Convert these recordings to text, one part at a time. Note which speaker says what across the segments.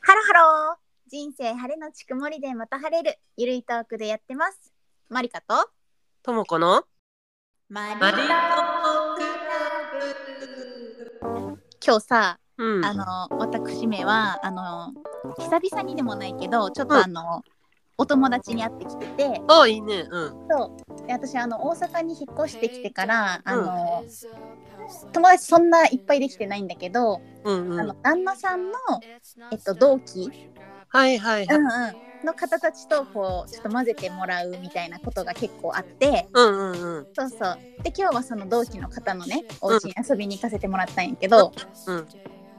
Speaker 1: ハロハロー人生晴れのち曇りでまた晴れるゆるいトークでやってますマリカと
Speaker 2: ともこの
Speaker 1: マ
Speaker 2: マリコ
Speaker 1: 今日さ
Speaker 2: うん
Speaker 1: あの私めはあの久々にでもないけどちょっと
Speaker 2: うん
Speaker 1: あの、お友達に会ってきてて
Speaker 2: あいいねうん
Speaker 1: そうで私あの大阪に引っ越してきてからあの、
Speaker 3: 友
Speaker 1: 友達そんないっぱいできてないんだけど、
Speaker 2: うんう
Speaker 1: あ
Speaker 2: ん
Speaker 1: の旦那さんの、
Speaker 3: 達
Speaker 1: えっと、同期、
Speaker 2: はいはいは
Speaker 1: う
Speaker 2: い
Speaker 1: んうん、の方たちとこうちょっと混ぜてもらうみたいなことが結構あって
Speaker 2: うんうんうん
Speaker 1: そうそうで今日はその同期の方のねお家に遊びに行かせてもらったんやけど、
Speaker 2: うん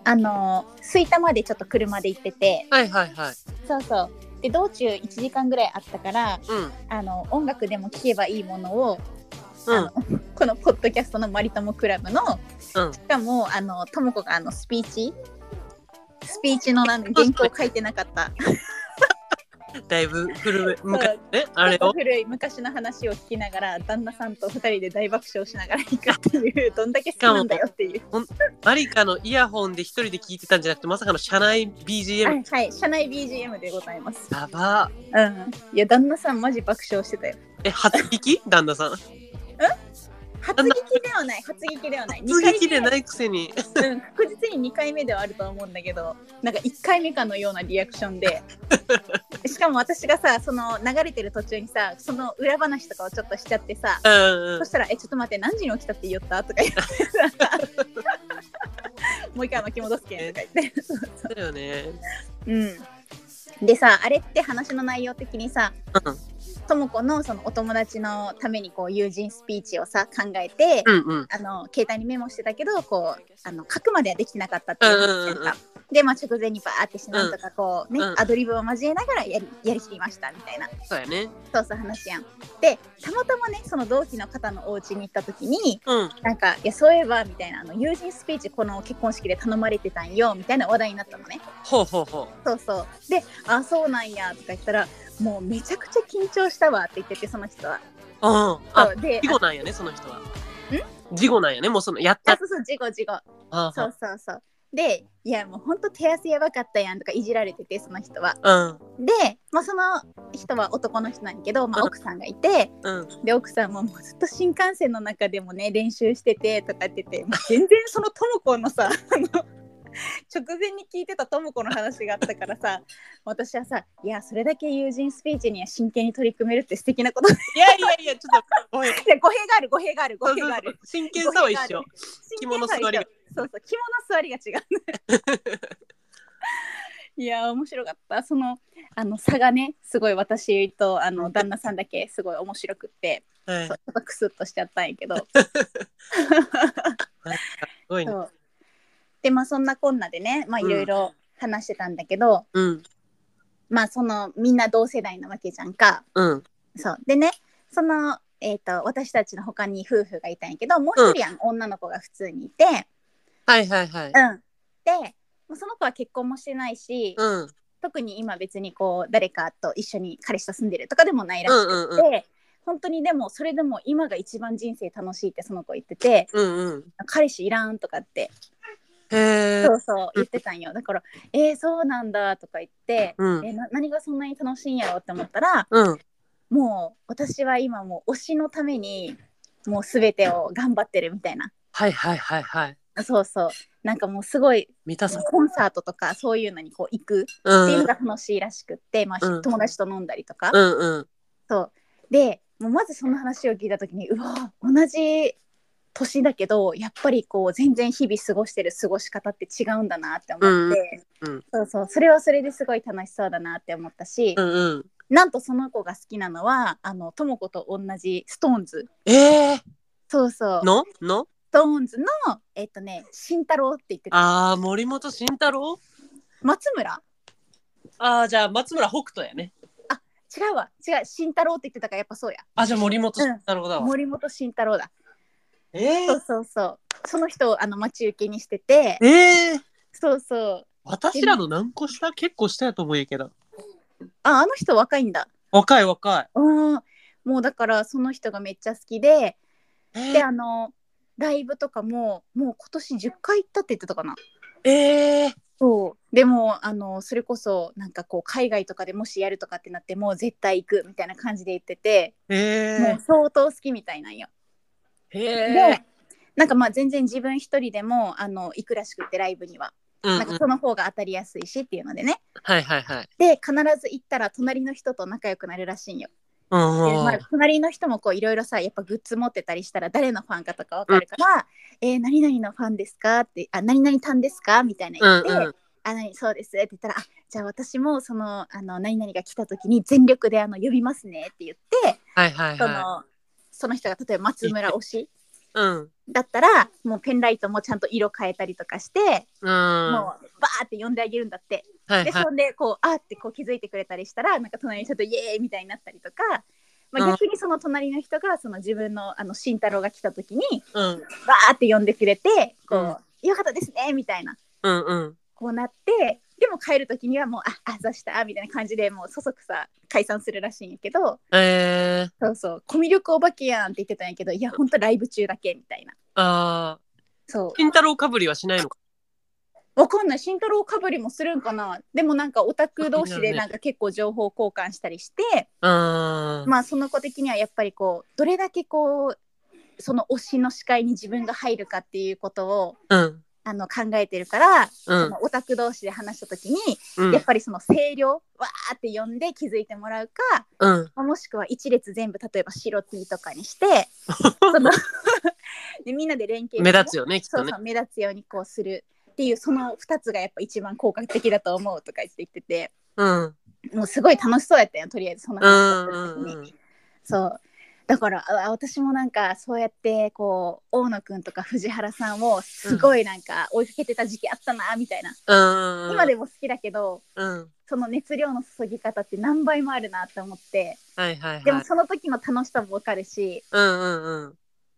Speaker 1: あの吹田までちょっと車で行ってて
Speaker 2: はいはいはい
Speaker 1: そうそうで道中1時間ぐらいあったから
Speaker 2: うん
Speaker 1: あの音楽でも聴けばいいものを、
Speaker 2: うん
Speaker 1: あのこのポッドキャストの「マリトモクラブの」
Speaker 2: うん
Speaker 1: しかもあのともこがあのスピーチスピーチのなん原稿書いてなかった
Speaker 2: だいぶ古い 昔ねあれ
Speaker 1: ちょっ
Speaker 2: を
Speaker 1: と古い昔の話を聞きながら旦那さんと2人で大爆笑しながら行くっていうどんだけ好きなんだよっていう
Speaker 2: マリカのイヤホンで一人で聞いてたんじゃなくてまさかの社内 BGM、
Speaker 1: はい、はい、社内 BGM でございます
Speaker 2: やば
Speaker 1: うんいや旦那さんマジ爆笑してたよ
Speaker 2: え初 聞き旦那さん
Speaker 1: 初撃ではない初撃ではない
Speaker 2: 初聞きで
Speaker 1: 二
Speaker 2: ないくせに
Speaker 1: 回目うん確実に2回目ではあるとは思うんだけどなんか1回目かのようなリアクション でしかも私がさその流れてる途中にさその裏話とかをちょっとしちゃってさ
Speaker 2: うんう
Speaker 1: そ
Speaker 2: ん
Speaker 1: したら「えちょっと待って何時に起きたって言おった?」とか言って もう一回巻き戻すけん」とか言って。
Speaker 2: そうだよね
Speaker 1: うん、でさあれって話の内容的にさ
Speaker 2: うん
Speaker 1: とも子のそのお友達のためにこう友人スピーチをさ考えて、
Speaker 2: うんうん
Speaker 1: あの携帯にメモしてたけどこうあの書くまではできてなかったっていう話
Speaker 2: うんうんうん
Speaker 1: やったで、まあ、直前にバーってしてなんとかこうね、
Speaker 2: うん
Speaker 1: アドリブを交えながらやりやりきりましたみたいな
Speaker 2: そうやね
Speaker 1: そうそう話やん。でたまたまねその同期の方のお家に行った時に
Speaker 2: うん
Speaker 1: なんか「いやそういえば」みたいなあの友人スピーチこの結婚式で頼まれてたんよみたいな話題になったのね。
Speaker 2: ほうほうほ
Speaker 1: そうそうで「あそうなんや」とか言ったら「もうめちゃくちゃ緊張したわ」って言っててその人は。
Speaker 2: ううんあ
Speaker 1: そうで
Speaker 2: 事後なんやねその人は事後なんやねもうそのやっ
Speaker 1: あ
Speaker 2: た
Speaker 1: そうそう事後事後
Speaker 2: あ
Speaker 1: そうそうそう。で「いやもうほんと手汗やばかったやん」とかいじられててその人は。
Speaker 2: うん
Speaker 1: で、まあ、その人は男の人なんやけど、まあ、
Speaker 2: うん
Speaker 1: 奥さんがいて
Speaker 2: うん
Speaker 1: で奥さんももうずっと新幹線の中でもね練習しててとかって言ってもう全然そのとも子のさあの直前に聞いてたとも子の話があったからさ私はさ「いやそれだけ友人スピーチには真剣に取り組めるって素敵なことだ」
Speaker 2: いやいやいやちょっとおい
Speaker 1: いや語弊がある語弊がある語
Speaker 2: そう
Speaker 1: 弊
Speaker 2: そう
Speaker 1: があ
Speaker 2: そう
Speaker 1: る
Speaker 2: 真剣さは一
Speaker 1: 真
Speaker 2: 緒
Speaker 1: 剣さは一緒
Speaker 2: 着物座りが
Speaker 1: そうそう着物座りが違う ねいや面白かったそのあの差がねすごい私とあの旦那さんだけすごい面白くって
Speaker 2: はい
Speaker 1: そうちょっとクスッとしちゃったんやけど
Speaker 2: すごいね
Speaker 1: そうでまあそんなこんなでねまあい
Speaker 2: うん
Speaker 1: ろいろ話してたんだけど、
Speaker 2: うん
Speaker 1: まあそのみんな同世代なわけじゃんか
Speaker 2: うん
Speaker 1: そうでねその、えー、と私たちの他に夫婦がいたんやけどもう一人は女の子が普通にいて、
Speaker 2: はいはいはい
Speaker 1: うんでもうその子は結婚もしてないし、
Speaker 2: うん
Speaker 1: 特に今別にこう誰かと一緒に彼氏と住んでるとかでもないら
Speaker 2: う
Speaker 1: し
Speaker 2: んうん
Speaker 1: く
Speaker 2: う
Speaker 1: て、
Speaker 2: ん
Speaker 1: 本当にでもそれでも今が一番人生楽しいってその子言ってて
Speaker 2: うんうん
Speaker 1: 彼氏いらんとかって
Speaker 2: へえ
Speaker 1: そうそう言ってたんよだから「えー、そうなんだ」とか言って、
Speaker 2: うん
Speaker 1: えーな何がそんなに楽しいんやろって思ったら
Speaker 2: うん
Speaker 1: もう私は今もう推しのためにもう全てを頑張ってるみたいな
Speaker 2: はいはいはいはい
Speaker 1: そうそうなんかもうすごい
Speaker 2: 満たさ
Speaker 1: コンサートとかそういうのにこう行く
Speaker 2: う
Speaker 1: っていうんのが楽しいらしくって、まあ、
Speaker 2: うん
Speaker 1: 友達と飲んだりとか、
Speaker 2: うんうん
Speaker 1: そうでもうまずその話を聞いた時にうわ同じ年だけどやっぱりこう全然日々過ごしてる過ごし方って違うんだなって思って、
Speaker 2: うんうん
Speaker 1: そうそうそれはそれですごい楽しそうだなって思ったし、
Speaker 2: うんうん
Speaker 1: なんとその子が好きなのはあのとも子と同じストーンズ
Speaker 2: えー
Speaker 1: そうそう
Speaker 2: のの
Speaker 1: ストーンズのえっとね慎太郎って言ってた
Speaker 2: ああ森本慎太郎
Speaker 1: 松村
Speaker 2: ああじゃあ松村北斗やね
Speaker 1: 違うわ違う慎太郎って言ってたからやっぱそうや
Speaker 2: あじゃあ森本慎太郎だわ
Speaker 1: 森本慎太郎だ
Speaker 2: え
Speaker 1: そう
Speaker 2: ー
Speaker 1: そうそう。その人をあの待ち受けにしてて、
Speaker 2: えー
Speaker 1: そうそう。
Speaker 2: 私らの何個下結構下やと思うんやけど
Speaker 1: あ、あの人若いんだ。
Speaker 2: 若い若
Speaker 1: うん。もうだからその人がめっちゃ好きで、
Speaker 2: いえ
Speaker 1: で
Speaker 2: ー
Speaker 1: あのライブとかももう今年10回行ったって言ってたかな。
Speaker 2: えー
Speaker 1: そうでもあのそれこそなんかこう海外とかでもしやるとかってなってもう絶対行くみたいな感じで言ってて、
Speaker 2: へ
Speaker 1: もう相当好きみたいなんよ。
Speaker 2: え。へ
Speaker 1: でなんかまあ全然自分一人でもあの行くらしくってライブには、
Speaker 2: え。うんう
Speaker 1: なんか
Speaker 2: ん。
Speaker 1: その方が当たりやすいしっていうのでね
Speaker 2: はいはいはい。
Speaker 1: で必ず行ったら隣の人と仲良くなるらしいんよ。
Speaker 2: うん
Speaker 1: で
Speaker 2: うん
Speaker 1: ま
Speaker 2: う
Speaker 1: あ
Speaker 2: ん。、
Speaker 1: 隣の人もこういろいろさやっぱグッズ持ってたりしたら誰のファンかとかわかるから「えー何々のファンですか?」って「あ何々たんですか?」みたいな言って「
Speaker 2: うんうん
Speaker 1: あ何そうです」って言ったら「あじゃあ私もそのあの何々が来た時に全力であの呼びますね」って言って
Speaker 2: はいはい
Speaker 1: その,、
Speaker 2: は
Speaker 1: その人が例えば松村推し
Speaker 2: い。うん。
Speaker 1: だったらもうペンライトもちゃんと色変えたりとかして、
Speaker 2: うん。
Speaker 1: もうバーって呼んであげるんだって。
Speaker 2: はい
Speaker 1: で
Speaker 2: はい
Speaker 1: そ。んでこうあーってこう気づいてくれたりしたらなんか隣の人とイエーイみたいになったりとか、ま
Speaker 2: うん
Speaker 1: あ、逆にその隣の人がその自分のあの慎太郎が来た時に
Speaker 2: うん。
Speaker 1: バーって呼んでくれてこう
Speaker 2: う
Speaker 1: 「
Speaker 2: ん
Speaker 1: よかったですね」みたいな
Speaker 2: うんうん。
Speaker 1: こうなってでも帰る時にはもう「ああざした」みたいな感じでもうそそくさ解散するらしいんやけど
Speaker 2: ええ。
Speaker 1: そうそう「コミュ力お化けやん」って言ってたんやけどいやほんとライブ中だけみたいな
Speaker 2: ああ。
Speaker 1: そう
Speaker 2: 金太郎かぶりはしないのか。
Speaker 1: わかんない慎太郎かぶりもするんかなでもなんかオタク同士でなんか結構情報交換したりして。
Speaker 2: うん。
Speaker 1: まあその子的にはやっぱりこうどれだけこうその推しの視界に自分が入るかっていうことを
Speaker 2: うん。
Speaker 1: あの考えてるから、
Speaker 2: う
Speaker 1: そ
Speaker 2: ん。
Speaker 1: のオタク同士で話した時に、
Speaker 2: うん
Speaker 1: やっぱりその声量わーって呼んで気づいてもらうか
Speaker 2: うん。
Speaker 1: まあもしくは一列全部例えば白 T とかにして そのでみんなで連携して
Speaker 2: 目立つよね、きっ
Speaker 1: そ
Speaker 2: と
Speaker 1: う
Speaker 2: ね
Speaker 1: そ。う目立つようにこうするっていうその2つがやっぱ一番効果的だと思うとか言って言ってて
Speaker 2: うん。うん
Speaker 1: もうすごい楽しそうやったよとりあえずその
Speaker 2: う
Speaker 1: 話
Speaker 2: ん
Speaker 1: をする時に。
Speaker 2: うん。
Speaker 1: そうだからあ私もなんかそうやってこう大野くんとか藤原さんをすごいなんか追いかけてた時期あったなみたいな、
Speaker 2: うん。
Speaker 1: 今でも好きだけど
Speaker 2: うん。
Speaker 1: その熱量の注ぎ方って何倍もあるなって思って
Speaker 2: はいはい
Speaker 1: で
Speaker 2: は
Speaker 1: も
Speaker 2: い。
Speaker 1: その時の楽しさもわかるし、
Speaker 2: うんうん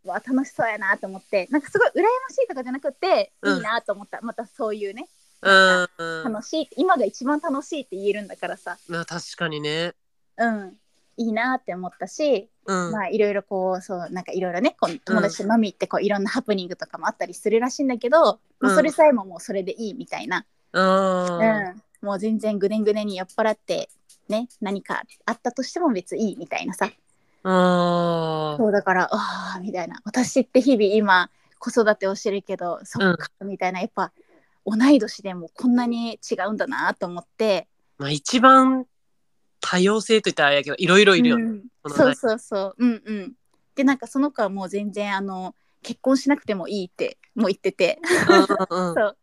Speaker 2: うん。
Speaker 1: わ楽しそうやなと思ってなんかすごい羨ましいとかじゃなくて
Speaker 2: うん
Speaker 1: いいなと思った、またそういうね
Speaker 2: うんうん。
Speaker 1: 楽しい今が一番楽しいって言えるんだからさ
Speaker 2: まあ確かにね。
Speaker 1: うんいいなって思ったし
Speaker 2: うん。
Speaker 1: まあいろいろこうそうなんかいろいろねこう友達と飲み行ってこういろんなハプニングとかもあったりするらしいんだけど、まあ、それさえももうそれでいいみたいな、うん
Speaker 2: うん。
Speaker 1: もう全然ぐねんぐねんに酔っ払ってね何かあったとしても別にいいみたいなさ
Speaker 2: あー
Speaker 1: そうだからああみたいな私って日々今子育てをしてるけどそっか、みたいなやっぱ同い年でもこんなに違うんだなと思って
Speaker 2: まあ一番多様性といったらあれやけどいろいろいるよね。
Speaker 1: う
Speaker 2: こ
Speaker 1: ん、
Speaker 2: の
Speaker 1: そうそうそううんうんでなんかその子はもう全然あの結婚しなくてもいいってもう言ってて、
Speaker 2: うんうん
Speaker 1: そう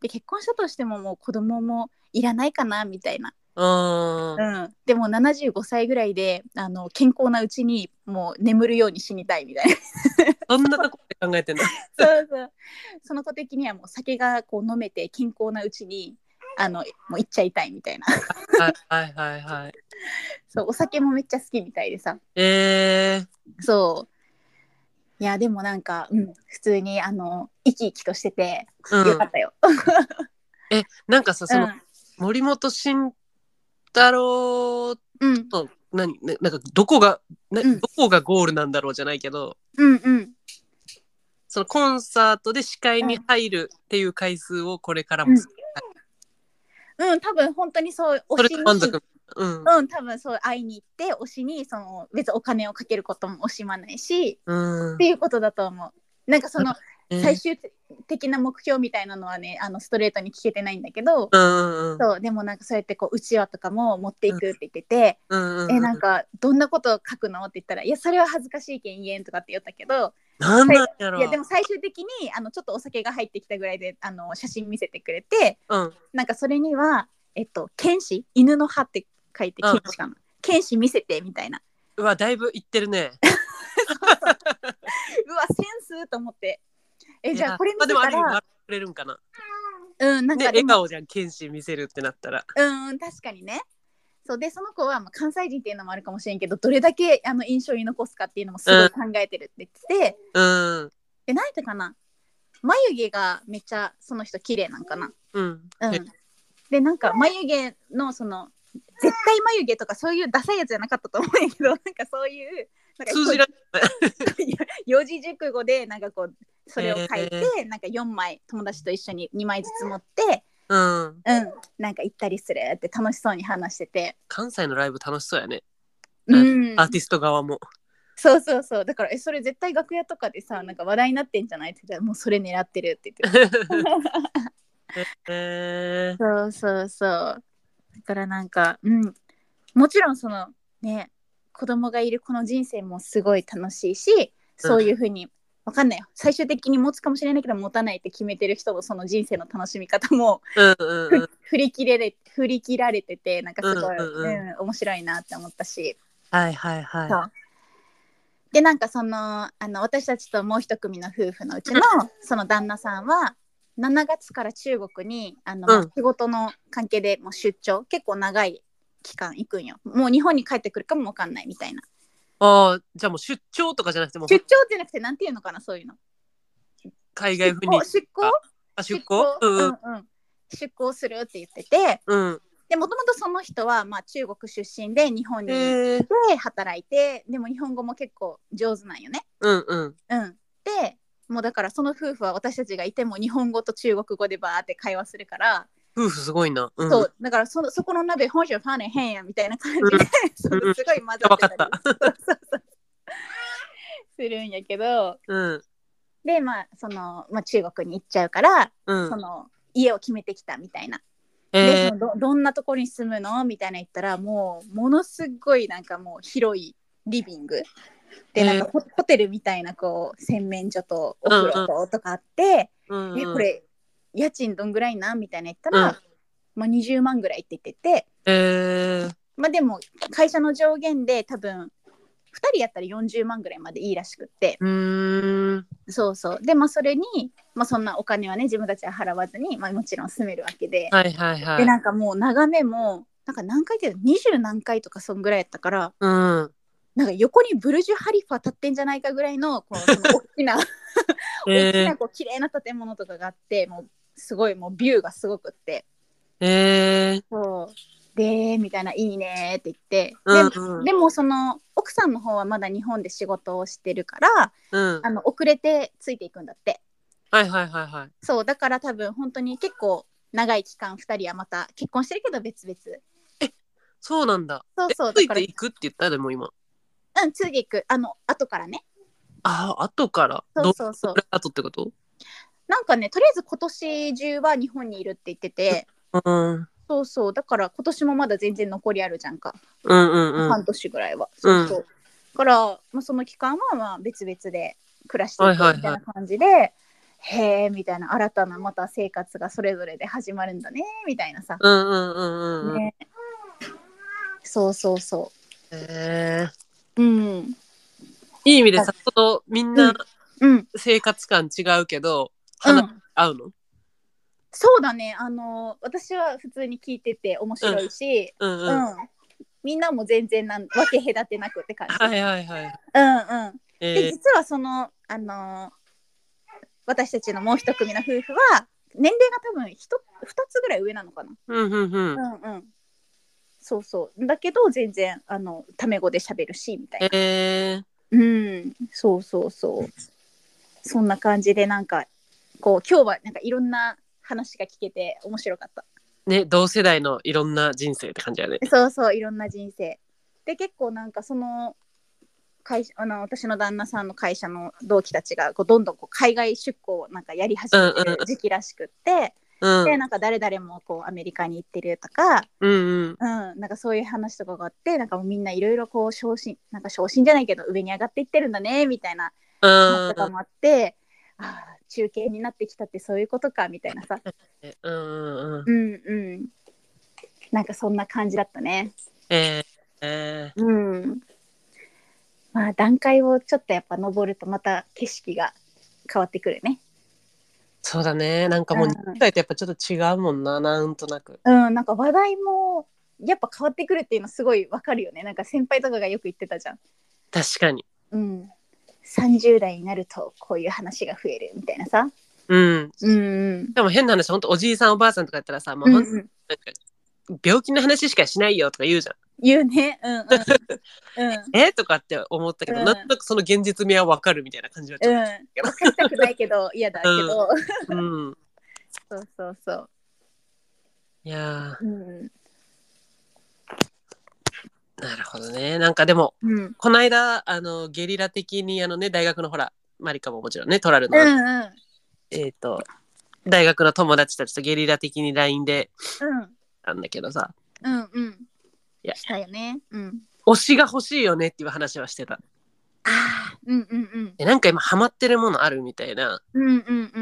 Speaker 1: で結婚したとしてももう子供もいらないかなみたいな、
Speaker 2: うん
Speaker 1: うん、でも75歳ぐらいであの健康なうちにもう眠るように死にたいみたい な
Speaker 2: そんなとこで考えてんだ。
Speaker 1: そうそうその子的にはもう酒がこう飲めて健康なうちにあのもう行っちゃいたいみたいな
Speaker 2: はいはいはいはい。
Speaker 1: そうお酒もめっちゃ好きみたいでさ
Speaker 2: えー、
Speaker 1: そう。いや、でもなんか、うん、普通に、あの、生き生きとしてて、
Speaker 2: うん
Speaker 1: よかったよ。
Speaker 2: えなんかさその、
Speaker 1: う
Speaker 2: 森本慎太郎
Speaker 1: ん、うん、
Speaker 2: と何ななんかどこがな
Speaker 1: うん
Speaker 2: どこがゴールなんだろうじゃないけど
Speaker 1: うん、うん、
Speaker 2: そのコンサートで視界に入るっていう回数をこれからも、
Speaker 1: うんうん、多分本当にそう、
Speaker 2: そ
Speaker 1: 推
Speaker 2: れ
Speaker 1: し
Speaker 2: で
Speaker 1: に。
Speaker 2: 満足。うん
Speaker 1: うん、多分そう会いに行って推しにその別にお金をかけることも惜しまないし
Speaker 2: うん
Speaker 1: っていうことだと思うなんかその
Speaker 2: えー
Speaker 1: 最終的な目標みたいなのはねあのストレートに聞けてないんだけど、
Speaker 2: うんうん
Speaker 1: そうでもなんかそうやってこううちわとかも持っていくって言ってて、
Speaker 2: うんうん
Speaker 1: えなんかどんなことを書くのって言ったら「いやそれは恥ずかしいけん言えん」とかって言ったけど、
Speaker 2: なんなんやろ
Speaker 1: いやでも最終的にあのちょっとお酒が入ってきたぐらいであの写真見せてくれて
Speaker 2: うん
Speaker 1: なんかそれには「えっと、剣士犬の歯」って書いて
Speaker 2: うん
Speaker 1: 剣士かな剣士見せてみたいな
Speaker 2: うわだいぶいってるね。
Speaker 1: うわセンスと思ってえ
Speaker 2: い
Speaker 1: じゃ
Speaker 2: や
Speaker 1: あこれ見
Speaker 2: まあ
Speaker 1: せ
Speaker 2: でもあ
Speaker 1: た
Speaker 2: る意味
Speaker 1: ら
Speaker 2: 笑ってくれるんかな。
Speaker 1: うんなん
Speaker 2: ね
Speaker 1: かで
Speaker 2: 笑
Speaker 1: も
Speaker 2: 顔じゃん剣士見せるってなったら。
Speaker 1: うんうん確かにねそうでその子はまあ関西人っていうのもあるかもしれんけどどれだけあの印象に残すかっていうのもすごい考えてるって言ってて、
Speaker 2: うん
Speaker 1: でなんてかな眉毛がめっちゃその人綺麗なんかな
Speaker 2: うん
Speaker 1: う
Speaker 2: え
Speaker 1: ん、でなんか眉毛のその絶対眉毛とかそういうダサいやつじゃなかったと思うんやけどなんかそういうなんか
Speaker 2: 通じら
Speaker 1: 四字熟語でなんかこうそれを書いて、なんか4枚友達と一緒に2枚ずつ持って
Speaker 2: うん。
Speaker 1: うん、なんか行ったりするって楽しそうに話してて、
Speaker 2: 関西のライブ楽しそうやね。
Speaker 1: うん
Speaker 2: アーティスト側 も。
Speaker 1: そうそうそうだからえそれ絶対楽屋とかでさなんか話題になってんじゃないって言ったらもうそれ狙ってるって言ってた
Speaker 2: え
Speaker 1: そ
Speaker 2: ー、
Speaker 1: うそうそうだからなんかうんもちろんそのね子供がいるこの人生もすごい楽しいしそういうふうに、わかんないよ最終的に持つかもしれないけど持たないって決めてる人のその人生の楽しみ方も
Speaker 2: うんうんうん。
Speaker 1: 振り切れれ振り切られててなんかすごい、
Speaker 2: うんうんうん
Speaker 1: うん面白いなって思ったし
Speaker 2: はいはいはい。
Speaker 1: そうでなんかそのあの私たちともう一組の夫婦のうちのその旦那さんは7月から中国にあの、
Speaker 2: うん
Speaker 1: 仕事の関係でもう出張結構長い期間行くんよもう日本に帰ってくるかもわかんないみたいな
Speaker 2: ああ、じゃあもう出張とかじゃなくてもう
Speaker 1: 出張じゃなくてなんていうのかなそういうの
Speaker 2: 海外
Speaker 1: 出
Speaker 2: 赴任
Speaker 1: 向。出向
Speaker 2: あ、出向う
Speaker 1: うんん
Speaker 2: う。
Speaker 1: うんん出向するって言ってて
Speaker 2: うん。
Speaker 1: でもともとその人は、まあ、中国出身で日本に行っ
Speaker 2: えー、
Speaker 1: て働いてでも日本語も結構上手なんよね
Speaker 2: うんうん。
Speaker 1: うん、でもうだからその夫婦は私たちがいても日本語と中国語でバーって会話するから、
Speaker 2: 夫婦すごいな。うん。
Speaker 1: そうだからそのそこの鍋本州ファンへ変やみたいな感じで、
Speaker 2: うん
Speaker 1: そうすごい混ざ
Speaker 2: わ
Speaker 1: っ
Speaker 2: か
Speaker 1: て
Speaker 2: った
Speaker 1: た。りそうそうするんやけど
Speaker 2: うん。
Speaker 1: でまあその、まあ、中国に行っちゃうから、
Speaker 2: う
Speaker 1: そ
Speaker 2: ん。
Speaker 1: の家を決めてきたみたいな。
Speaker 2: え
Speaker 1: でその
Speaker 2: ー、
Speaker 1: どどんなところに住むのみたいな言ったらもうものすごいなんかもう広いリビングでなんかホ,、ホテルみたいなこう洗面所とお風呂ととかあって、
Speaker 2: うんうん
Speaker 1: えこれ家賃どんぐらいなんみたいな言ったら、
Speaker 2: うん
Speaker 1: まあ、20万ぐらいって言ってて、
Speaker 2: えー、
Speaker 1: まあ、でも会社の上限で多分2人やったら40万ぐらいまでいいらしくって
Speaker 2: うーん。
Speaker 1: そうそうでまあそれに、まあ、そんなお金はね自分たちは払わずに、まあ、もちろん住めるわけで。
Speaker 2: はいはいは
Speaker 1: で
Speaker 2: い。
Speaker 1: なんかもう眺めもなんか何回って20何回とかそんぐらいやったから
Speaker 2: うん。
Speaker 1: なんか横にブルジュ・ハリファ立ってんじゃないかぐらいのこのその大き な大き
Speaker 2: えー
Speaker 1: なこう綺麗な建物とかがあってもうすごいもうビューがすごくって
Speaker 2: えー、
Speaker 1: そうでーみたいな「いいね」って言ってで,、
Speaker 2: うんうん
Speaker 1: でもその奥さんの方はまだ日本で仕事をしてるから
Speaker 2: うん。
Speaker 1: あの遅れてついていくんだって
Speaker 2: はいはいはいはい。
Speaker 1: そうだから多分本当に結構長い期間2人はまた結婚してるけど別々
Speaker 2: そうなんだ。
Speaker 1: そう
Speaker 2: え
Speaker 1: そう
Speaker 2: つ
Speaker 1: だ
Speaker 2: い
Speaker 1: から
Speaker 2: ていくって言ったでも今。
Speaker 1: うん、ついていく。あの、後からね。
Speaker 2: ああ、後から。
Speaker 1: そう
Speaker 2: ど
Speaker 1: そうそう
Speaker 2: どれ。後ってこと
Speaker 1: なんかね、とりあえず今年中は日本にいるって言ってて、
Speaker 2: うん。
Speaker 1: そうそう。だから今年もまだ全然残りあるじゃんか。
Speaker 2: うんうんうん。は
Speaker 1: 半年ぐらいは。そうそう。だから、まあ、その期間はまあ別々で暮らしていくみ
Speaker 2: はいはいはい
Speaker 1: たいな感じで、へえ、みたいな、新たなまた生活がそれぞれで始まるんだね、みたいなさ。
Speaker 2: うんうんうんうんうん。
Speaker 1: ね、そうそうそ
Speaker 2: へ
Speaker 1: う。
Speaker 2: ー
Speaker 1: うん。
Speaker 2: いい意味でさ、そのみん
Speaker 1: う
Speaker 2: なん
Speaker 1: うん。
Speaker 2: 生活感違うけど、
Speaker 1: う
Speaker 2: 話
Speaker 1: ん
Speaker 2: 合うの
Speaker 1: そうだね。あの、私は普通に聞いてて面白いし、
Speaker 2: うんうん。は
Speaker 1: うん、みんなも全然なん分け隔てなくって感じ。
Speaker 2: いはいは
Speaker 1: う
Speaker 2: い。
Speaker 1: んうん、で
Speaker 2: えー、
Speaker 1: 実はその、あのー私たちのもう一組の夫婦は年齢が多分ひと2つぐらい上なのかな。
Speaker 2: うんうんうん。
Speaker 1: うんうん、そうそうだけど全然あのタメ語で喋るしみたいな。
Speaker 2: えー、
Speaker 1: うんそうそうそう。そんな感じでなんかこう今日はなんかいろんな話が聞けて面白かった。
Speaker 2: ね、同世代のいろんな人生って感じやね。
Speaker 1: そうそういろんな人生で結構なんかその会社あの私の旦那さんの会社の同期たちがこうどんどんこう海外出向をなんかやり始めてる時期らしくって、
Speaker 2: うん。
Speaker 1: でなんか誰々もこうアメリカに行ってるとか、
Speaker 2: うんうん。
Speaker 1: うん、なんかそういう話とかがあってなんかもうみんないろいろこう昇進なんか昇進じゃないけど上に上がっていってるんだねみたいな
Speaker 2: うん
Speaker 1: 話とかもあって、ああ中継になってきたってそういうことかみたいなさ
Speaker 2: うんうん。
Speaker 1: うんうんなんかそんな感じだったね。
Speaker 2: えー、えー、
Speaker 1: うん。まあ段階をちょっとやっぱ登るとまた景色が変わってくるね。
Speaker 2: そうだね。なんかもう
Speaker 1: うん
Speaker 2: 20代とやっぱちょっと違うもんな、なんとなく。
Speaker 1: うん、なんか話題もやっぱ変わってくるっていうのすごいわかるよね。なんか先輩とかがよく言ってたじゃん。
Speaker 2: 確かに。
Speaker 1: うん。30代になるとこういう話が増えるみたいなさ。
Speaker 2: うん。
Speaker 1: うんうん。
Speaker 2: でも変な話、ほんとおじいさんおばあさんとかやったらさ、もう
Speaker 1: うん
Speaker 2: ほ
Speaker 1: うん
Speaker 2: と
Speaker 1: ん、
Speaker 2: なんか病気の話しかしないよとか言うじゃん。
Speaker 1: 言うね。うんうん。うん。
Speaker 2: えとかって思ったけど、
Speaker 1: うん
Speaker 2: なんとなくその現実味はわかるみたいな感じはち
Speaker 1: う
Speaker 2: ょ
Speaker 1: ん
Speaker 2: っ、
Speaker 1: 分かりたくないけど嫌だけど、
Speaker 2: と。うん。
Speaker 1: そうそうそう
Speaker 2: いや
Speaker 1: うん
Speaker 2: ーなるほどねなんかでも
Speaker 1: うんうん
Speaker 2: この間あのゲリラ的にあのね大学のほらマリカももちろんねトラルの、
Speaker 1: うん
Speaker 2: えっ、と大学の友達たちとゲリラ的に LINE でなんだけどさ
Speaker 1: うんうん
Speaker 2: いや
Speaker 1: したよねうん
Speaker 2: 推しが欲しいよねっていう話はしてた
Speaker 1: ああうんうんうん
Speaker 2: でなんか今ハマってるものあるみたいな
Speaker 1: うんうんう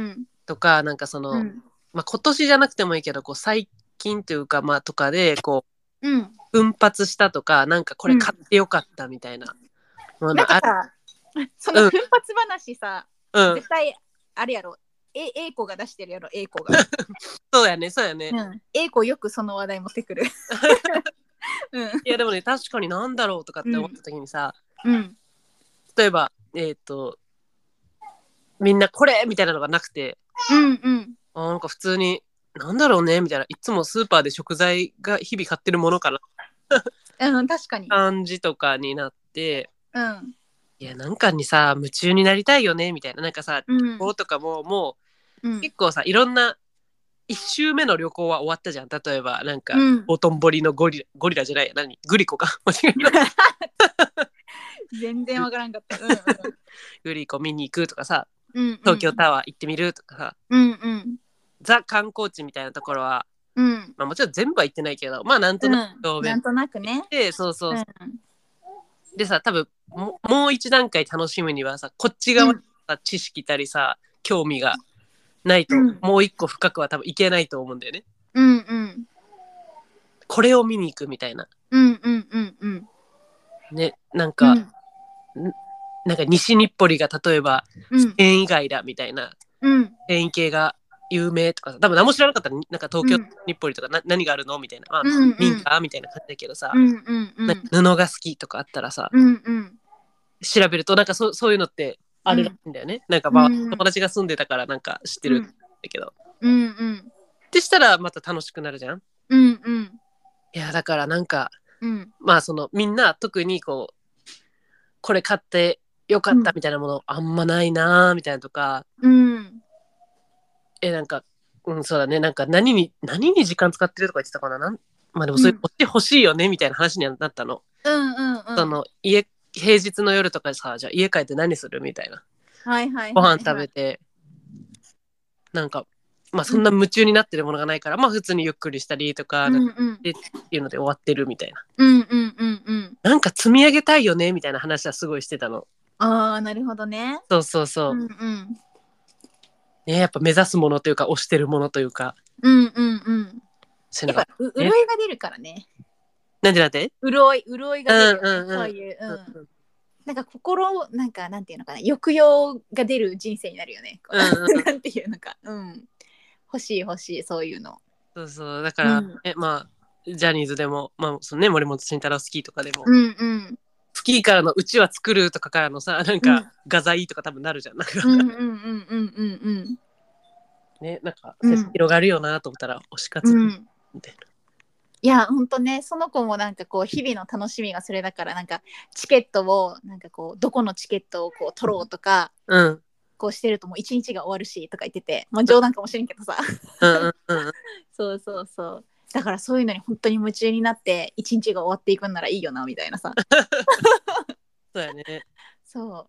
Speaker 1: ん
Speaker 2: とかなんかその、
Speaker 1: うん
Speaker 2: まあ、今年じゃなくてもいいけどこう最近というかまあとかでこ
Speaker 1: うん
Speaker 2: う奮発したとかなんかこれ買ってよかったみたいなも
Speaker 1: な
Speaker 2: の
Speaker 1: んか
Speaker 2: ある、
Speaker 1: さその奮発話さ
Speaker 2: うん
Speaker 1: 絶対あれやろ A, A 子が出してるやろ A 子が、
Speaker 2: そうやねそうやね、
Speaker 1: う
Speaker 2: い
Speaker 1: ん、A 子よくその話題持って くるうん
Speaker 2: やでもね確かになんだろうとかって思った時にさ、
Speaker 1: うん
Speaker 2: 例えばえっ、とみんなこれみたいなのがなくて
Speaker 1: うんうん
Speaker 2: あーなんか普通になんだろうねみたいないつもスーパーで食材が日々買ってるものかな
Speaker 1: うん確かに
Speaker 2: 感じとかになって
Speaker 1: うん
Speaker 2: いやなんかにさ夢中になりたいよねみたいななんかさ
Speaker 1: うん
Speaker 2: 旅行とかもも
Speaker 1: う
Speaker 2: うん結構さいろんな1周目の旅行は終わったじゃん例えばなんか、
Speaker 1: うん
Speaker 2: おとんぼりのゴリラゴリラじゃないや何グリコか 間違え た
Speaker 1: 全然わからんかった
Speaker 2: グリコ見に行くとかさ
Speaker 1: うんうん
Speaker 2: 東京タワー行ってみるとかさ、
Speaker 1: うんうん
Speaker 2: ザ観光地みたいなところは、
Speaker 1: うん
Speaker 2: まあ、もちろん全部は行ってないけどまあなんとな
Speaker 1: う
Speaker 2: く
Speaker 1: ん
Speaker 2: 表
Speaker 1: な
Speaker 2: 面
Speaker 1: んとなくね
Speaker 2: で、そうそうう、
Speaker 1: ん
Speaker 2: でさ多分ももう一段階楽しむにはさこっち側のさ知識たりさ興味がないと、
Speaker 1: うん
Speaker 2: もう一個深くは多分いけないと思うんだよね
Speaker 1: うんうん
Speaker 2: これを見に行くみたいな
Speaker 1: うんうんうんうん
Speaker 2: ねなんか、なんか西日暮里が例えば
Speaker 1: うん
Speaker 2: 県以外だみたいな
Speaker 1: うん
Speaker 2: 県系が有名とか多分何も知らなかったらなんか東京日暮里とかな、何があるのみたいな、まあ
Speaker 1: うんうん
Speaker 2: 民家みたいな感じだけどさ、
Speaker 1: うんうんうん
Speaker 2: なんか布が好きとかあったらさ、
Speaker 1: うんうん
Speaker 2: 調べるとなんかそそういうのってあるらしいんだよね、なんかまあ、
Speaker 1: うん
Speaker 2: 友達が住んでたからなんか知ってるんだけど、
Speaker 1: うんうん
Speaker 2: ってしたらまた楽しくなるじゃん
Speaker 1: うんうん
Speaker 2: いやだからなんか
Speaker 1: うん
Speaker 2: まあそのみんな特にこうこれ買ってよかったみたいなものあんまないなーみたいなとか、
Speaker 1: うん
Speaker 2: えなんかうんそうだねなんか何に何に時間使ってるとか言ってたかななんまあでもそうい
Speaker 1: う
Speaker 2: う
Speaker 1: ん
Speaker 2: 欲しい欲しいよねみたいな話にはなったの、
Speaker 1: うんうんうん
Speaker 2: その家平日の夜とかさじゃあ家帰って何するみたいな
Speaker 1: はいはいはいはい
Speaker 2: ご飯食べて、なんかまあそんな夢中になってるものがないから、まあ普通にゆっくりしたりとか
Speaker 1: う
Speaker 2: っ
Speaker 1: んうん
Speaker 2: ていうので終わってるみたいな、
Speaker 1: うんうんうんうん。
Speaker 2: なんか積み上げたいよねみたいな話はすごいしてたの
Speaker 1: ああ、なるほどね。
Speaker 2: そうそうそう、
Speaker 1: うんうん。
Speaker 2: ねやっぱ目指すものというか推してるものというか
Speaker 1: うんうんうん。
Speaker 2: そうい
Speaker 1: や
Speaker 2: う
Speaker 1: っ
Speaker 2: のが
Speaker 1: ぱ、う潤いが出るからね。
Speaker 2: なんでなんで
Speaker 1: 潤い、潤いが出る
Speaker 2: うん
Speaker 1: よ
Speaker 2: うん
Speaker 1: ね。
Speaker 2: うん
Speaker 1: そういう。うん。なんか心を、なんか、なんていうのかな、抑揚が出る人生になるよね。こ
Speaker 2: うんうん
Speaker 1: うなんていうのか。うん。欲しい欲しい、そういうの。
Speaker 2: そうそうだから、
Speaker 1: うん
Speaker 2: えまあジャニーズでも、まあそのね、森本慎太郎スキーとかでも、
Speaker 1: うんうん。
Speaker 2: スキーからのうちは作るとかからのさなんか、
Speaker 1: うん
Speaker 2: 画材とか多分なるじゃんなんか、
Speaker 1: うんうんうんうんうん
Speaker 2: ねなんか、
Speaker 1: うん
Speaker 2: 広がるよなと思ったら推し活
Speaker 1: うん。う
Speaker 2: み
Speaker 1: ん。
Speaker 2: たい
Speaker 1: いやほんとねその子もなんかこう日々の楽しみがそれだからなんかチケットをなんかこうどこのチケットをこう取ろうとか、
Speaker 2: な、うん、
Speaker 1: こうしてるともう一日が終わるしとか言ってて、まあ、冗談かもしれんけどさ
Speaker 2: うんうんうんうん
Speaker 1: そうそうそうだからそういうのに本当に夢中になって一日が終わっていくんならいいよなみたいな さ
Speaker 2: そうやね
Speaker 1: そう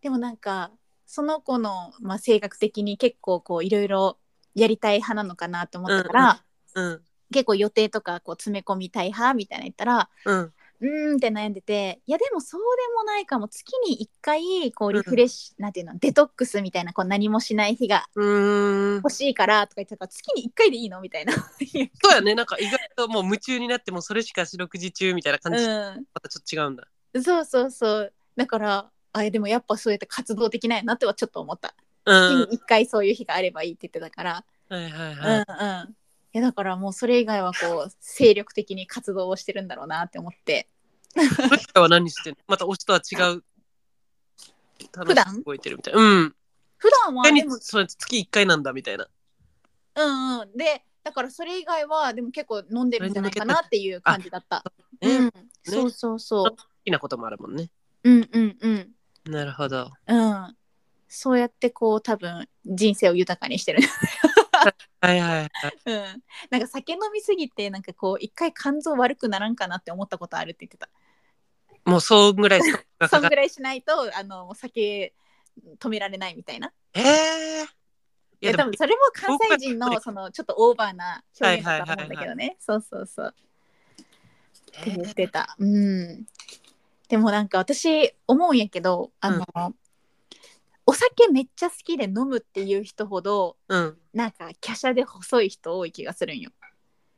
Speaker 1: でもなんかその子の、まあ、性格的に結構こういろいろやりたい派なのかなと思ったから、
Speaker 2: うんうん
Speaker 1: 結構予定とかこう詰め込みたい派みたいな言ったら
Speaker 2: うん
Speaker 1: うーんって悩んでていやでもそうでもないかも月に1回こうリフレッシュ、なんていうのデトックスみたいなこう何もしない日が
Speaker 2: うーん
Speaker 1: 欲しいからとか言ってたから月に1回でいいのみたいな。
Speaker 2: そうやねなんか意外ともう夢中になってもうそれしか四六時中みたいな感じ、ま
Speaker 1: う
Speaker 2: たちょっと違うんだ
Speaker 1: ん、そうそうそうだからあでもやっぱそうやって活動できないなってはちょっと思った
Speaker 2: うん
Speaker 1: 月に1回そういう日があればいいって言ってたから、
Speaker 2: はいはい
Speaker 1: うん、うん
Speaker 2: はい
Speaker 1: いやだからもうそれ以外はこう精力的に活動をしてるんだろうなって思って
Speaker 2: それ以外は何してんのまた推しとは違う
Speaker 1: 普段
Speaker 2: 楽しく動いてるみたいなうん
Speaker 1: 普段は
Speaker 2: 他に
Speaker 1: でも
Speaker 2: そう月一回なんだみたいな
Speaker 1: うんうんでだからそれ以外はでも結構飲んでるんじゃないかなっていう感じだった、
Speaker 2: ね、
Speaker 1: うん、
Speaker 2: 好
Speaker 1: そうそうそう
Speaker 2: きなこともあるもんね
Speaker 1: うんうんうん
Speaker 2: なるほど
Speaker 1: うんそうやってこう多分人生を豊かにしてる
Speaker 2: はいはいはい。
Speaker 1: うん、なんか酒飲みすぎてなんかこう一回肝臓悪くならんかなって思ったことあるって言ってた
Speaker 2: もうそんぐらいストップが
Speaker 1: そ
Speaker 2: か
Speaker 1: ん
Speaker 2: かっ
Speaker 1: ぐらいしないとあのもう酒止められないみたいな
Speaker 2: ええ
Speaker 1: い
Speaker 2: い
Speaker 1: や
Speaker 2: や
Speaker 1: 多
Speaker 2: で
Speaker 1: 分
Speaker 2: も
Speaker 1: それも関西人のそのちょっとオーバーな表現だと思うんだけどねそうそうそうって言ってたうんでもなんか私思うんやけどあの、お酒めっちゃ好きで飲むっていう人ほど
Speaker 2: うん。
Speaker 1: なんか華奢で細い人多い気がするんよ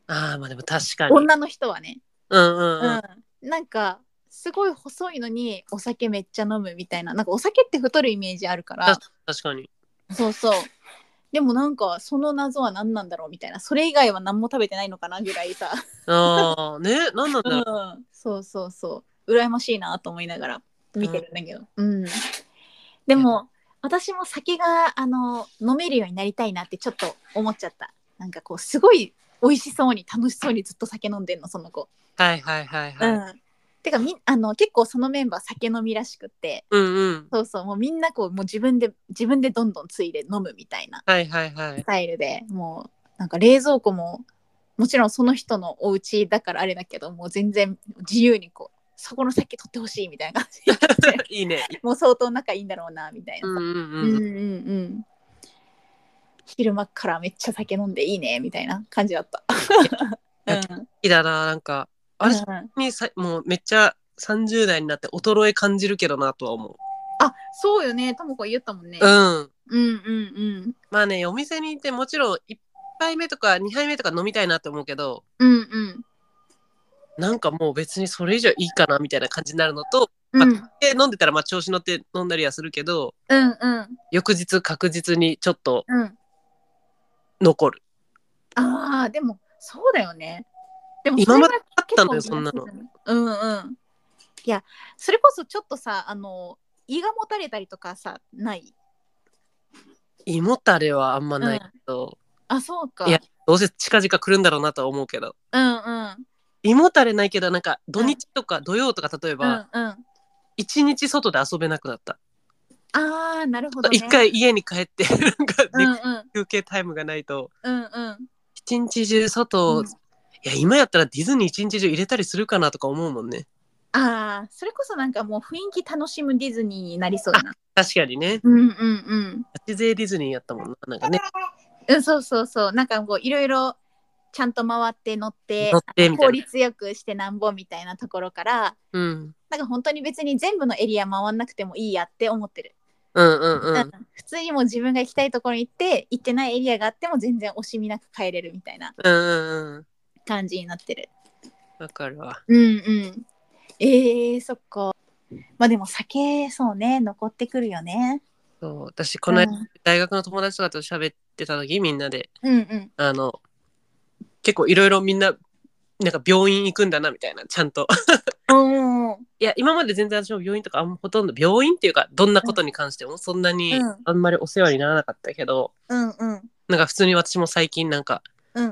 Speaker 2: ああまあでも確かに。うん
Speaker 1: 女の人はね
Speaker 2: うんうん。
Speaker 1: うん、なんかすごい細いのにお酒めっちゃ飲むみたいななんかお酒って太るイメージあるから
Speaker 2: 確かに。
Speaker 1: そうそうでもなんかその謎は何なんだろうみたいなそれ以外は何も食べてないのかなぐらいさ、
Speaker 2: ああねなんなんだ
Speaker 1: う
Speaker 2: ろ
Speaker 1: ん
Speaker 2: う。、
Speaker 1: そうそうそう羨ましいなと思いながら見てるんだけど、うんでも私も酒があの飲めるようになりたいなってちょっと思っちゃったなんかこうすごい美味しそうに楽しそうにずっと酒飲んでんのその子
Speaker 2: はいはいはいは
Speaker 1: う
Speaker 2: い。
Speaker 1: ん、てかみあの結構そのメンバー酒飲みらしくって
Speaker 2: うんうん。
Speaker 1: そうそうもうみんなこうもう自分で自分でどんどんついで飲むみたいな
Speaker 2: はいはいは
Speaker 1: ス
Speaker 2: い。
Speaker 1: タイルでもうなんか冷蔵庫ももちろんその人のお家だからあれだけどもう全然自由にこうそこの酒取ってほしいみたいな感じで
Speaker 2: いいね。
Speaker 1: もう相当仲いいんだろうなみたいな
Speaker 2: う
Speaker 1: さ、
Speaker 2: んうん
Speaker 1: う、
Speaker 2: うん
Speaker 1: うん
Speaker 2: ん。
Speaker 1: うん昼間っからめっちゃ酒飲んでいいねみたいな感じだった。 うん
Speaker 2: いいだななんかあれ
Speaker 1: うん
Speaker 2: にさもうめっちゃ30代になって衰え感じるけどなとは思う。
Speaker 1: あそうよねともこ言ったもんね。
Speaker 2: うん。
Speaker 1: うんうん
Speaker 2: まあねお店に行ってもちろん1杯目とか2杯目とか飲みたいなって思うけど
Speaker 1: うんうんうん
Speaker 2: なんかもう別にそれ以上いいかなみたいな感じになるのと
Speaker 1: うん
Speaker 2: で飲んでたらまあ調子乗って飲んだりはするけど
Speaker 1: うんうん
Speaker 2: 翌日確実にちょっと
Speaker 1: うん
Speaker 2: 残る。
Speaker 1: あーでもそうだよねでも
Speaker 2: 今ま
Speaker 1: そ
Speaker 2: で
Speaker 1: れは
Speaker 2: あったのよ
Speaker 1: 結構
Speaker 2: そんなの
Speaker 1: うんうんいやそれこそちょっとさあの胃がもたれたりとかさない
Speaker 2: 胃もたれはあんまないけど、
Speaker 1: あそうか
Speaker 2: いやどうせ近々来るんだろうなとは思うけど
Speaker 1: うんうん
Speaker 2: 胃もたれないけどなんか土日とか土曜とか例え
Speaker 1: うんう
Speaker 2: ば
Speaker 1: んあ
Speaker 2: 一、日外で遊べなくなった
Speaker 1: ーなるほどね
Speaker 2: 一、回家に帰ってなんか、
Speaker 1: うんうん
Speaker 2: 休憩タイムがないと
Speaker 1: うんうん
Speaker 2: 一日中外を、
Speaker 1: うん
Speaker 2: いや今やったらディズニー一日中入れたりするかなとか思うもんね
Speaker 1: あーそれこそなんかもう雰囲気楽しむディズニーになりそうだな
Speaker 2: 確かにね
Speaker 1: うんうんうん
Speaker 2: ガチ勢ディズニーやったもんななんかね
Speaker 1: うん、そうそうそう。なんかこういろいろちゃんと回って乗って
Speaker 2: 乗ってみたい
Speaker 1: 効
Speaker 2: な
Speaker 1: 率よくしてなんぼみたいなところから
Speaker 2: うん
Speaker 1: なんか本当に別に全部のエリア回んなくてもいいやって思ってる、
Speaker 2: うんうんうん、
Speaker 1: うん普通にもう自分が行きたいところに行って行ってないエリアがあっても全然惜しみなく帰れるみたいな
Speaker 2: うんうんうん
Speaker 1: 感じになってる
Speaker 2: わかるわ
Speaker 1: うんうんえー、そっかまあでも酒そうね残ってくるよね
Speaker 2: そう私この間、
Speaker 1: うん
Speaker 2: 大学の友達とかと喋ってた時みんなで
Speaker 1: うんうん
Speaker 2: あの結構いろいろみんななんか病院行くんだなみたいなちゃんと
Speaker 1: うんうん
Speaker 2: いや今まで全然私も病院とかあんまほとんど病院っていうかどんなことに関してもそんなに
Speaker 1: うん
Speaker 2: あんまりお世話にならなかったけど、
Speaker 1: うんうん
Speaker 2: なんか普通に私も最近なんか
Speaker 1: うん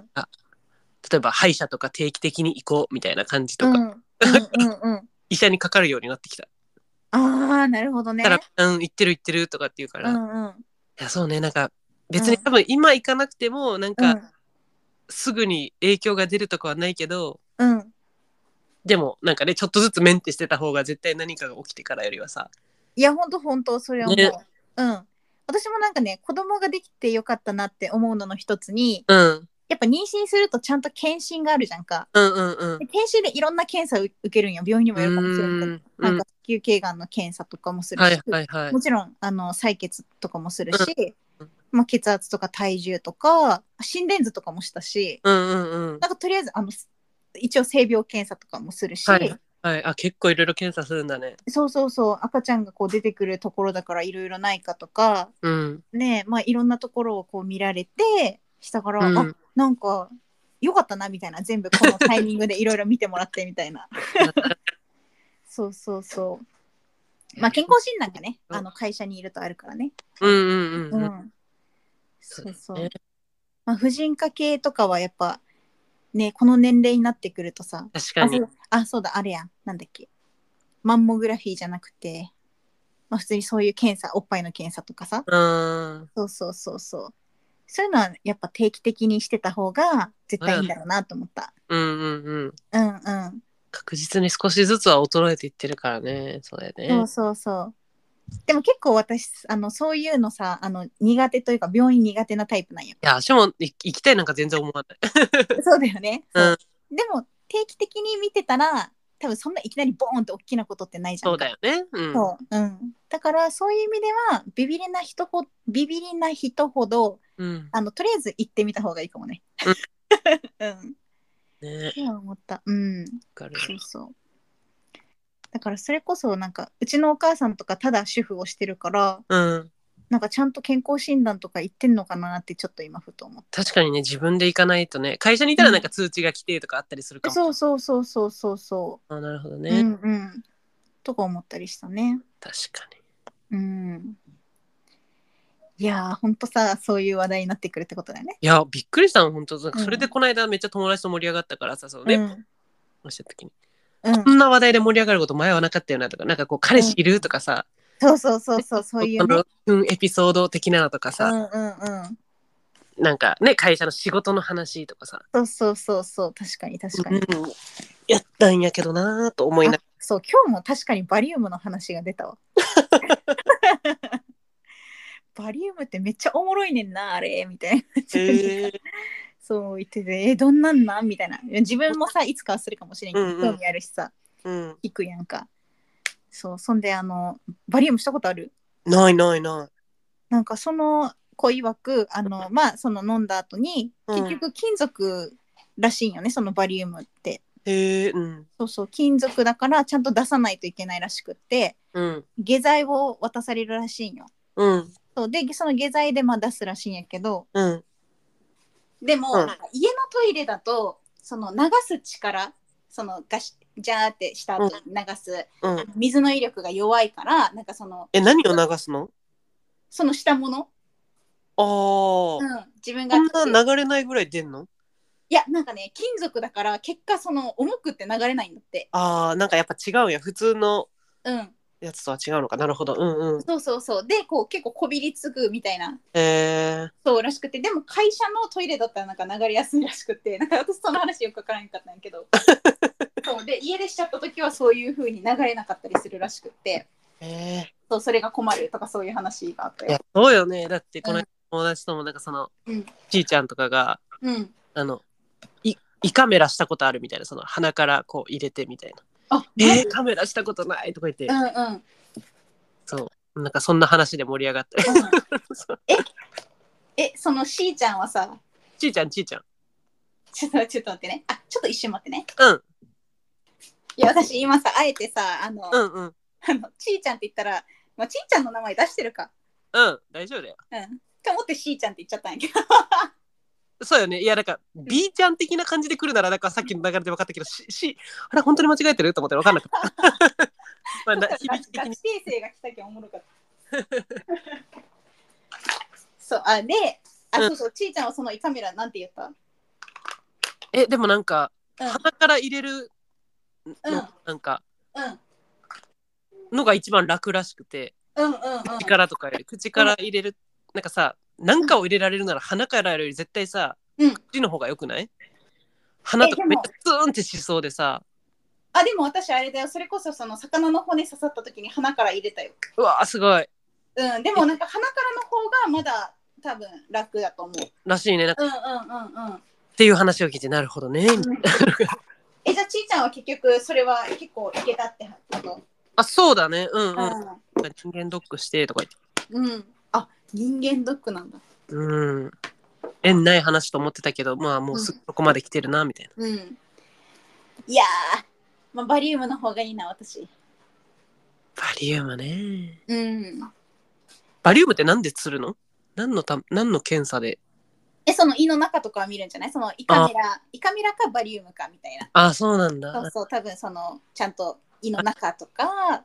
Speaker 2: 例えば歯医者とか定期的に行こうみたいな感じとか、
Speaker 1: うんうんうん
Speaker 2: 医者にかかるようになってきた。
Speaker 1: ああなるほどね
Speaker 2: だから「うん行ってる行ってる」とかって言うから、
Speaker 1: う
Speaker 2: い
Speaker 1: んうん
Speaker 2: やそうねなんか別に
Speaker 1: うん
Speaker 2: 多分今行かなくてもなん
Speaker 1: う
Speaker 2: か
Speaker 1: ん
Speaker 2: すぐに影響が出るとかはないけど、
Speaker 1: うん
Speaker 2: でもなんかねちょっとずつメンテしてた方が絶対何かが起きてからよりはさ
Speaker 1: いやほんとほんとそれはもう、
Speaker 2: ね
Speaker 1: うん私もなんかね子供ができてよかったなって思うのの一つに
Speaker 2: うん
Speaker 1: やっぱ妊娠するとちゃんと検診があるじゃんか
Speaker 2: うんうんうん
Speaker 1: で検診でいろんな検査を受けるんよ病院にもよるかもしれないけ
Speaker 2: うん
Speaker 1: どなんか子宮頸がんの検査とかもする
Speaker 2: は
Speaker 1: し
Speaker 2: い、はいはい
Speaker 1: もちろんあの採血とかもするし、
Speaker 2: うん
Speaker 1: まあ、血圧とか体重とか心電図とかもしたし
Speaker 2: うんうんうん
Speaker 1: なんかとりあえずあの一応性病検査とかもするし、
Speaker 2: はいはいあ結構いろいろ検査するんだね
Speaker 1: そうそうそう赤ちゃんがこう出てくるところだからいろいろないかとか
Speaker 2: うん
Speaker 1: ねまあ、いろんなところをこう見られてしたから、
Speaker 2: うん
Speaker 1: あなんかよかったなみたいな全部このタイミングでいろいろ見てもらってみたいな そうそうそうまあ健康診断がねあの会社にいるとあるからね
Speaker 2: うんうん
Speaker 1: う、
Speaker 2: うんんうん
Speaker 1: そうそ
Speaker 2: そうだ
Speaker 1: う
Speaker 2: ね、
Speaker 1: まあ、婦人科系とかはやっぱねこの年齢になってくるとさ
Speaker 2: 確か
Speaker 1: あ
Speaker 2: に
Speaker 1: そうあそうだあれやなんだっけマンモグラフィーじゃなくて、まあ、普通にそういう検査おっぱいの検査とかさ
Speaker 2: うん
Speaker 1: そうそうそうそう。そういうのはやっぱ定期的にしてた方が絶対いいんだろうなと思った。
Speaker 2: うんうんうん。
Speaker 1: うんうん。
Speaker 2: 確実に少しずつは衰えていってるからね。そうだよ
Speaker 1: そ
Speaker 2: ね
Speaker 1: う。そうそう。でも結構私あのそういうのさあの苦手というか病院苦手なタイプ なんよ。
Speaker 2: いや、足もい行きたいなんか全然思わない。
Speaker 1: そうだよね。
Speaker 2: うん
Speaker 1: そうでも定期的に見てたら多分そんないきなりボーンと大きなことってないじゃんか。
Speaker 2: そうだよね。うん。
Speaker 1: そう、うん、だからそういう意味ではビビりな人ほビビりな人ほど
Speaker 2: うん。
Speaker 1: あのとりあえず行ってみた方がいいかもね。 うん、
Speaker 2: ね
Speaker 1: そう思った。うん、
Speaker 2: わかる
Speaker 1: そうそう。だからそれこそなんかうちのお母さんとかただ主婦をしてるから
Speaker 2: うん。
Speaker 1: なんかちゃんと健康診断とか行ってんのかなってちょっと今ふと思っ
Speaker 2: 確かにね、自分で行かないとね、会社にいたらなんか通知が来てとかあったりするか
Speaker 1: た。
Speaker 2: も。
Speaker 1: そうそうそうそうそうそ
Speaker 2: あなるほど
Speaker 1: う。
Speaker 2: ね。
Speaker 1: うんうん。とか思ったりしたね。
Speaker 2: 確かに。
Speaker 1: うん。いやーほんとさそういう話題になってくるってことだよね。
Speaker 2: いや、びっくりしたの、本当なんか
Speaker 1: うん
Speaker 2: それでこの間めっちゃ友達と盛り上がったからさ、そう
Speaker 1: う
Speaker 2: ね、
Speaker 1: ん
Speaker 2: おっしゃった時に。
Speaker 1: うん
Speaker 2: こんな話題で盛り上がること前はなかったよなとか、なんかこう、彼氏いるとかさ、
Speaker 1: そうそうそうそう そういうね。
Speaker 2: 夫のエピソード的なのとか
Speaker 1: う
Speaker 2: さ、
Speaker 1: んうんうん。
Speaker 2: なんかね、会社の仕事の話とかさ、
Speaker 1: そうそうそうそう確かに確か
Speaker 2: う
Speaker 1: に
Speaker 2: ん。、やったんやけどなぁと思いなが
Speaker 1: あそう今日も確かにバリウムの話が出たわ。 バリウムってめっちゃおもろいねんなあれみたいな感じ
Speaker 2: ら。
Speaker 1: で、
Speaker 2: へー
Speaker 1: そう言っててえどんなんなんみたいな自分もさいつかはするかもしれんけど、
Speaker 2: うんうん
Speaker 1: 興味あるしさ
Speaker 2: うん、
Speaker 1: 行くやんかそうそんであのバリウムしたことある
Speaker 2: ないないな
Speaker 1: なんかその子曰くあのまあその飲んだ後に結局金属らしいんよね、そのバリウムって
Speaker 2: い。へえ、うん。
Speaker 1: そうそう金属だからちゃんと出さないといけないらしくって
Speaker 2: うん。
Speaker 1: 下剤を渡されるらしいんよ。
Speaker 2: うん。
Speaker 1: そうでその下剤でまあ出すらしいんやけど
Speaker 2: うん。
Speaker 1: でも、
Speaker 2: う
Speaker 1: なん
Speaker 2: ん
Speaker 1: か家のトイレだとその流す力そのガシジャーってした後に流す、
Speaker 2: うん。
Speaker 1: 水の威力が弱いからなんかその
Speaker 2: え、何を流すの
Speaker 1: そのしたもの、
Speaker 2: ああ、
Speaker 1: うん、自分が
Speaker 2: こんな流れないぐらい出んの
Speaker 1: いやなんかね金属だから結果その重くって流れないんだって。
Speaker 2: ああ、なんかやっぱ違うんや。普通の
Speaker 1: うん、
Speaker 2: やつとは違うのか。なるほど。うんうん。
Speaker 1: そうそうそうでこう結構こびりつくみたいな
Speaker 2: えー、
Speaker 1: そうらしくてでも会社のトイレだったらなんか流れやすいらしくてなんか私その話よくわからんかったんやけ どそうで家出しちゃった時はそういう風に流れなかったりするらしくって
Speaker 2: え
Speaker 1: そうそれが困るとかそういう話があった
Speaker 2: ー、いや
Speaker 1: よ。
Speaker 2: そうよねだってこの
Speaker 1: うん
Speaker 2: 間友達ともなんかその、
Speaker 1: うん
Speaker 2: ちーちゃんとかが
Speaker 1: うん、
Speaker 2: あのい胃カメラしたことあるみたいなその鼻からこう入れてみたいな
Speaker 1: あ
Speaker 2: 「えー、カメラしたことない」とか言って、
Speaker 1: うんうんう ん
Speaker 2: そうなんかそんな話で盛り上がったそう
Speaker 1: えそのしーちゃんはさ
Speaker 2: ちーちゃんちーちゃん
Speaker 1: ちょっとちょっと待ってねあちょっと一瞬待ってね
Speaker 2: うん
Speaker 1: いや私今さあえてさあの,、
Speaker 2: うんうん
Speaker 1: あのちーちゃんって言ったら、まあ、ちーちゃんの名前出してるか
Speaker 2: うん大丈夫だよ
Speaker 1: うんって思ってしーちゃんって言っちゃったんやけど
Speaker 2: そうよねいやなんか B ちゃん的な感じで来るならなんかさっきの流れで分かったけどししあれ本当に間違えてると思って分かん なかったまあな
Speaker 1: 学
Speaker 2: 響き的
Speaker 1: 学
Speaker 2: に
Speaker 1: 生生が来たけんおもろかった そうあであ、
Speaker 2: うん
Speaker 1: そうそうちーちゃんはその胃カメラなんて言った
Speaker 2: えでもなんか
Speaker 1: うん
Speaker 2: 鼻から入れるの、
Speaker 1: うん
Speaker 2: なんか
Speaker 1: うん
Speaker 2: のが一番楽らしくて
Speaker 1: うんうんうん
Speaker 2: 口からとかより口から入れる、なんかさ何かを入れられるなら鼻からより絶対さ、
Speaker 1: うん
Speaker 2: 口の方が良くない鼻とか
Speaker 1: えで
Speaker 2: めっ
Speaker 1: も
Speaker 2: ちゃツーンってしそうでさ
Speaker 1: あでも私あれだよそれこそその魚の骨刺さった時に鼻から入れたよ
Speaker 2: うわーすごい
Speaker 1: うんでもなんか鼻からの方がまだ多分楽だと思う
Speaker 2: らしいねなんか
Speaker 1: うんうんうんうん
Speaker 2: っていう話を聞いてなるほどね、
Speaker 1: んえじゃあちーちゃんは結局それは結構いけたってこと
Speaker 2: あそうだねうんうん、
Speaker 1: う
Speaker 2: 人間ドックしてとか言って
Speaker 1: ん、うん、あ人間ドックなんだ
Speaker 2: うん縁ない話と思ってたけどまあもうすぐそこまで来てるなみたい
Speaker 1: う
Speaker 2: な、
Speaker 1: んいやー、まあ、バリウムの方がいいな私
Speaker 2: バリウムね
Speaker 1: うん
Speaker 2: バリウムってなんで釣るの何のた何の検査で
Speaker 1: えその胃の中とかは見るんじゃないその胃カメラ胃カメラかバリウムかみたいな
Speaker 2: ああそうなんだ
Speaker 1: そうそう多分そのちゃんと胃の中とか、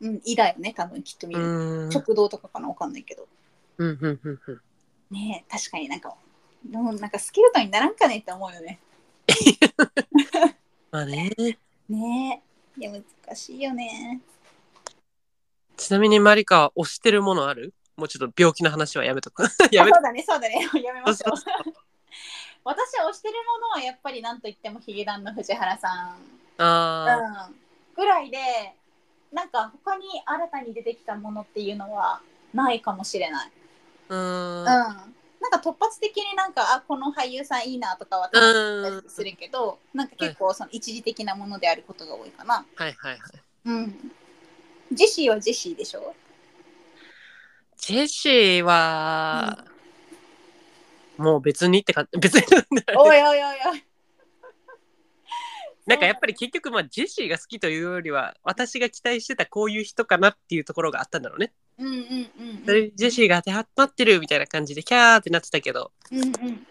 Speaker 1: うん、胃だよね多分きっと見
Speaker 2: う
Speaker 1: る、
Speaker 2: ん
Speaker 1: 食道とかかなわかんないけど
Speaker 2: うんうんうんうん
Speaker 1: ねえ確かになんかもうなんかスケルトンにならんかねって思うよね
Speaker 2: まあね
Speaker 1: ねえいや難しいよね
Speaker 2: ちなみにマリカは推してるものあるもうちょっと病気の話はやめとく。 やめ
Speaker 1: あ そ
Speaker 2: と
Speaker 1: うだねそうだねやめま
Speaker 2: く。
Speaker 1: し
Speaker 2: そ
Speaker 1: ょう
Speaker 2: うそう
Speaker 1: 私は推してるものはやっぱりなんといってもヒゲダンの藤原さん、
Speaker 2: あー
Speaker 1: うん、ぐらいでなんか他に新たに出てきたものっていうのはないかもしれない、
Speaker 2: う
Speaker 1: うん、
Speaker 2: ーん。
Speaker 1: なんか突発的になんかあこの俳優さんいいなとかは
Speaker 2: うん
Speaker 1: するけどなんか結構その一時的なものであることが多いかな、
Speaker 2: はいはいはい。
Speaker 1: うん、ジェシーはジェシーでし ょ
Speaker 2: ジェシーは、もう別にって感 じ。別に。
Speaker 1: おいおいおいおい
Speaker 2: なんかやっぱり結局、まあ、ジェシーが好きというよりは、私が期待してたこういう人かなっていうところがあったんだろうね。
Speaker 1: うんうんうん
Speaker 2: それジェシーが当てはまってるみたいな感じで、キャーってなってたけど、
Speaker 1: うんうん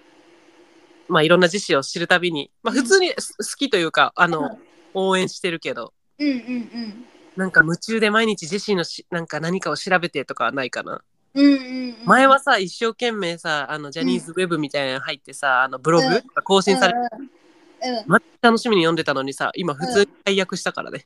Speaker 2: まあいろんなジェシーを知るたびに、まあ普通にす好きというか、あ
Speaker 1: う
Speaker 2: の
Speaker 1: ん、
Speaker 2: 応援してるけど、
Speaker 1: うんうんうん
Speaker 2: なんか夢中で毎日ジェシーのしなんか何かを調べてとかはないかな。
Speaker 1: うんうんうん
Speaker 2: 前はさ、一生懸命さ、あの、ジャニーズウェブみたいなの入ってさ、あの、ブログ
Speaker 1: うん
Speaker 2: とか更新されて、
Speaker 1: うんうん
Speaker 2: また楽しみに読んでたのにさ、今普通に解約したからね。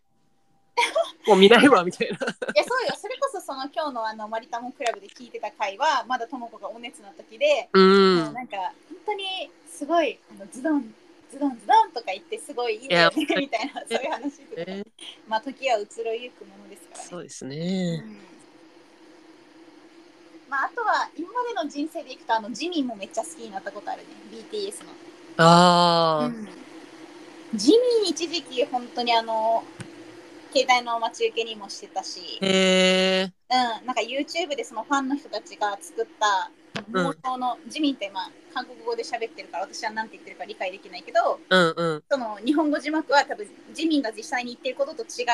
Speaker 2: もう見な いわ、みたいな。
Speaker 1: いやそうよそれこそその今日のあのマリタモンクラブで聞いてた回はまだともこがお熱の時で、
Speaker 2: うん。
Speaker 1: なんか本当にすごいあのズドンズドンズドンとか言ってすごいいいんだよね
Speaker 2: い や
Speaker 1: みたいなそういう話とか、
Speaker 2: ね
Speaker 1: まあ時は移ろいゆくものですからね
Speaker 2: そうです
Speaker 1: う
Speaker 2: ね。
Speaker 1: んまああとは今までの人生でいくとあのジミーもめっちゃ好きになったことあるね BTS の、
Speaker 2: ああ、
Speaker 1: うんジミー一時期本当にあの携帯の待ち受けにもしてたし、
Speaker 2: へえ。
Speaker 1: うん、なんか YouTube でそのファンの人たちが作った
Speaker 2: うん
Speaker 1: 妄想の、ジミンってまあ韓国語で喋ってるから私は何て言ってるか理解できないけど
Speaker 2: うんうん。
Speaker 1: その日本語字幕は多分ジミンが実際に言ってることと違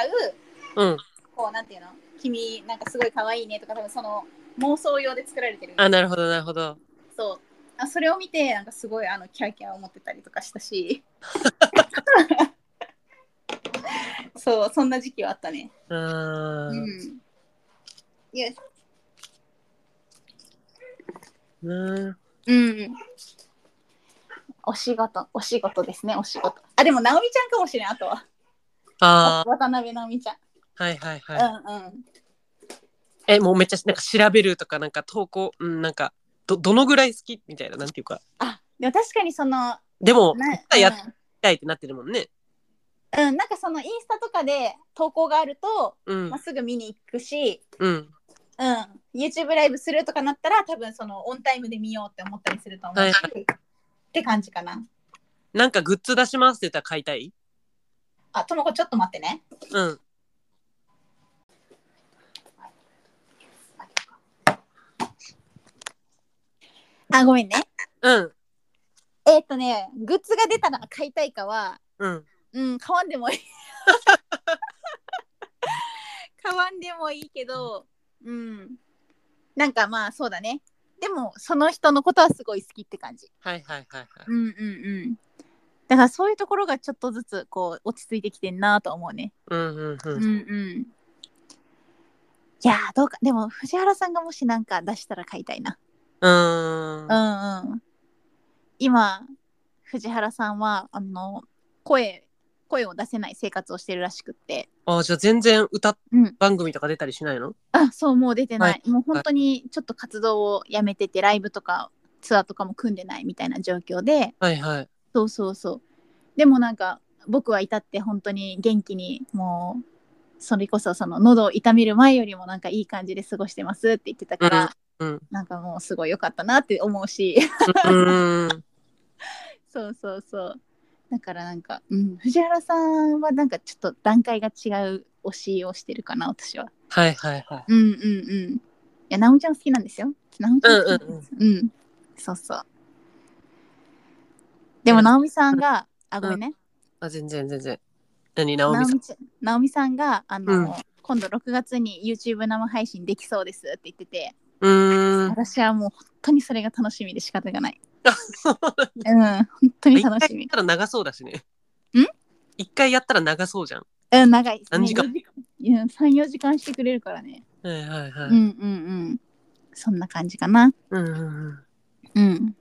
Speaker 1: う
Speaker 2: うん。
Speaker 1: こうなんていうの君なんかすごい可愛いねとか多分その妄想用で作られてる
Speaker 2: あ、なるほど、なるほど。
Speaker 1: そうあそれを見てなんかすごいあのキャーキャー思ってたりとかした しそうそんな時期はあったね
Speaker 2: あ
Speaker 1: う
Speaker 2: ー
Speaker 1: んいや
Speaker 2: うん。
Speaker 1: うん。お仕事、お仕事ですね、お仕事。あ、でも、直美ちゃんかもしれん、あとは。
Speaker 2: あ
Speaker 1: 渡辺直美ちゃん。
Speaker 2: あ、はいはいはい。
Speaker 1: うんうん。
Speaker 2: え、もうめっちゃなんか調べるとか、なんか投稿、うん、なんか、ど、どのぐらい好きみたいな、なんていうか。
Speaker 1: あ、でも確かにその、
Speaker 2: でも、
Speaker 1: な
Speaker 2: あやっ
Speaker 1: うん
Speaker 2: 見たいってなってるもんね。
Speaker 1: うん、なんかそのインスタとかで投稿があると、
Speaker 2: うん
Speaker 1: まあ、。すぐ見に行くし、
Speaker 2: うん。
Speaker 1: うん、YouTube ライブするとかなったら、多分そのオンタイムで見ようって思ったりすると思うし、
Speaker 2: は
Speaker 1: って感じかな。
Speaker 2: なんかグッズ出しますって言ったら買いたい
Speaker 1: あ、ともこちょっと待ってね。
Speaker 2: うん。
Speaker 1: あ、ごめんね。
Speaker 2: うん。
Speaker 1: えーっとね、グッズが出たら買いたいかは、
Speaker 2: うん。
Speaker 1: うん、買わんでもいい。買わんでもいいけど、うん。なんかまあそうだね。でもその人のことはすごい好きって感じ。
Speaker 2: はいはいはいはい。
Speaker 1: うんうんうん。だからそういうところがちょっとずつこう落ち着いてきてんなと思うね。
Speaker 2: うんうん
Speaker 1: うん
Speaker 2: うん。
Speaker 1: うん。いやーどうかでも藤原さんがもしなんか出したら買いたいな。
Speaker 2: うー
Speaker 1: う
Speaker 2: ん。
Speaker 1: んうん。今藤原さんはあの声声を出せない生活をしてるらしくって。
Speaker 2: あ、じゃあ全然歌
Speaker 1: うん
Speaker 2: 番組とか出たりしないの
Speaker 1: あそうもう出てない、
Speaker 2: は
Speaker 1: もう本当にちょっと活動をやめててライブとかツアーとかも組んでないみたいな状況で
Speaker 2: はいはい。
Speaker 1: そうそうそうでもなんか僕は至って本当に元気にもうそれこそその喉を痛める前よりもなんかいい感じで過ごしてますって言ってたから、
Speaker 2: うんうん
Speaker 1: なんかもうすごい良かったなって思うし
Speaker 2: うーん。
Speaker 1: そうそうそうだからなんか、うん、藤原さんはなんかちょっと段階が違う推しをしてるかな私は。
Speaker 2: はいはいはい。
Speaker 1: うんうんうん。いや、ナオミちゃん好きなんですよ。ナオミちゃん好きなんです。うんそうそう。でも、ナオミさんが、あ、ごめんね。
Speaker 2: あ、全然全然。何、
Speaker 1: ナ
Speaker 2: 直
Speaker 1: オ
Speaker 2: 美さん。
Speaker 1: ミちゃんナオミさんが、あの、
Speaker 2: うん
Speaker 1: 今度6月に YouTube 生配信できそうですって言ってて、
Speaker 2: うーん。
Speaker 1: 私はもう本当にそれが楽しみで仕方がない。 うん、本当に
Speaker 2: 一
Speaker 1: 楽
Speaker 2: 回
Speaker 1: し
Speaker 2: やっ
Speaker 1: み。
Speaker 2: たら長そうだしね。
Speaker 1: ん
Speaker 2: 一回やったら長そうじゃん。
Speaker 1: うん、長いです、ね。
Speaker 2: 何時間
Speaker 1: うん、3、4時間してくれるからね。
Speaker 2: はいはいは
Speaker 1: うん
Speaker 2: い
Speaker 1: うん。うん。そんな感じかな。
Speaker 2: うんうんうん。
Speaker 1: うん。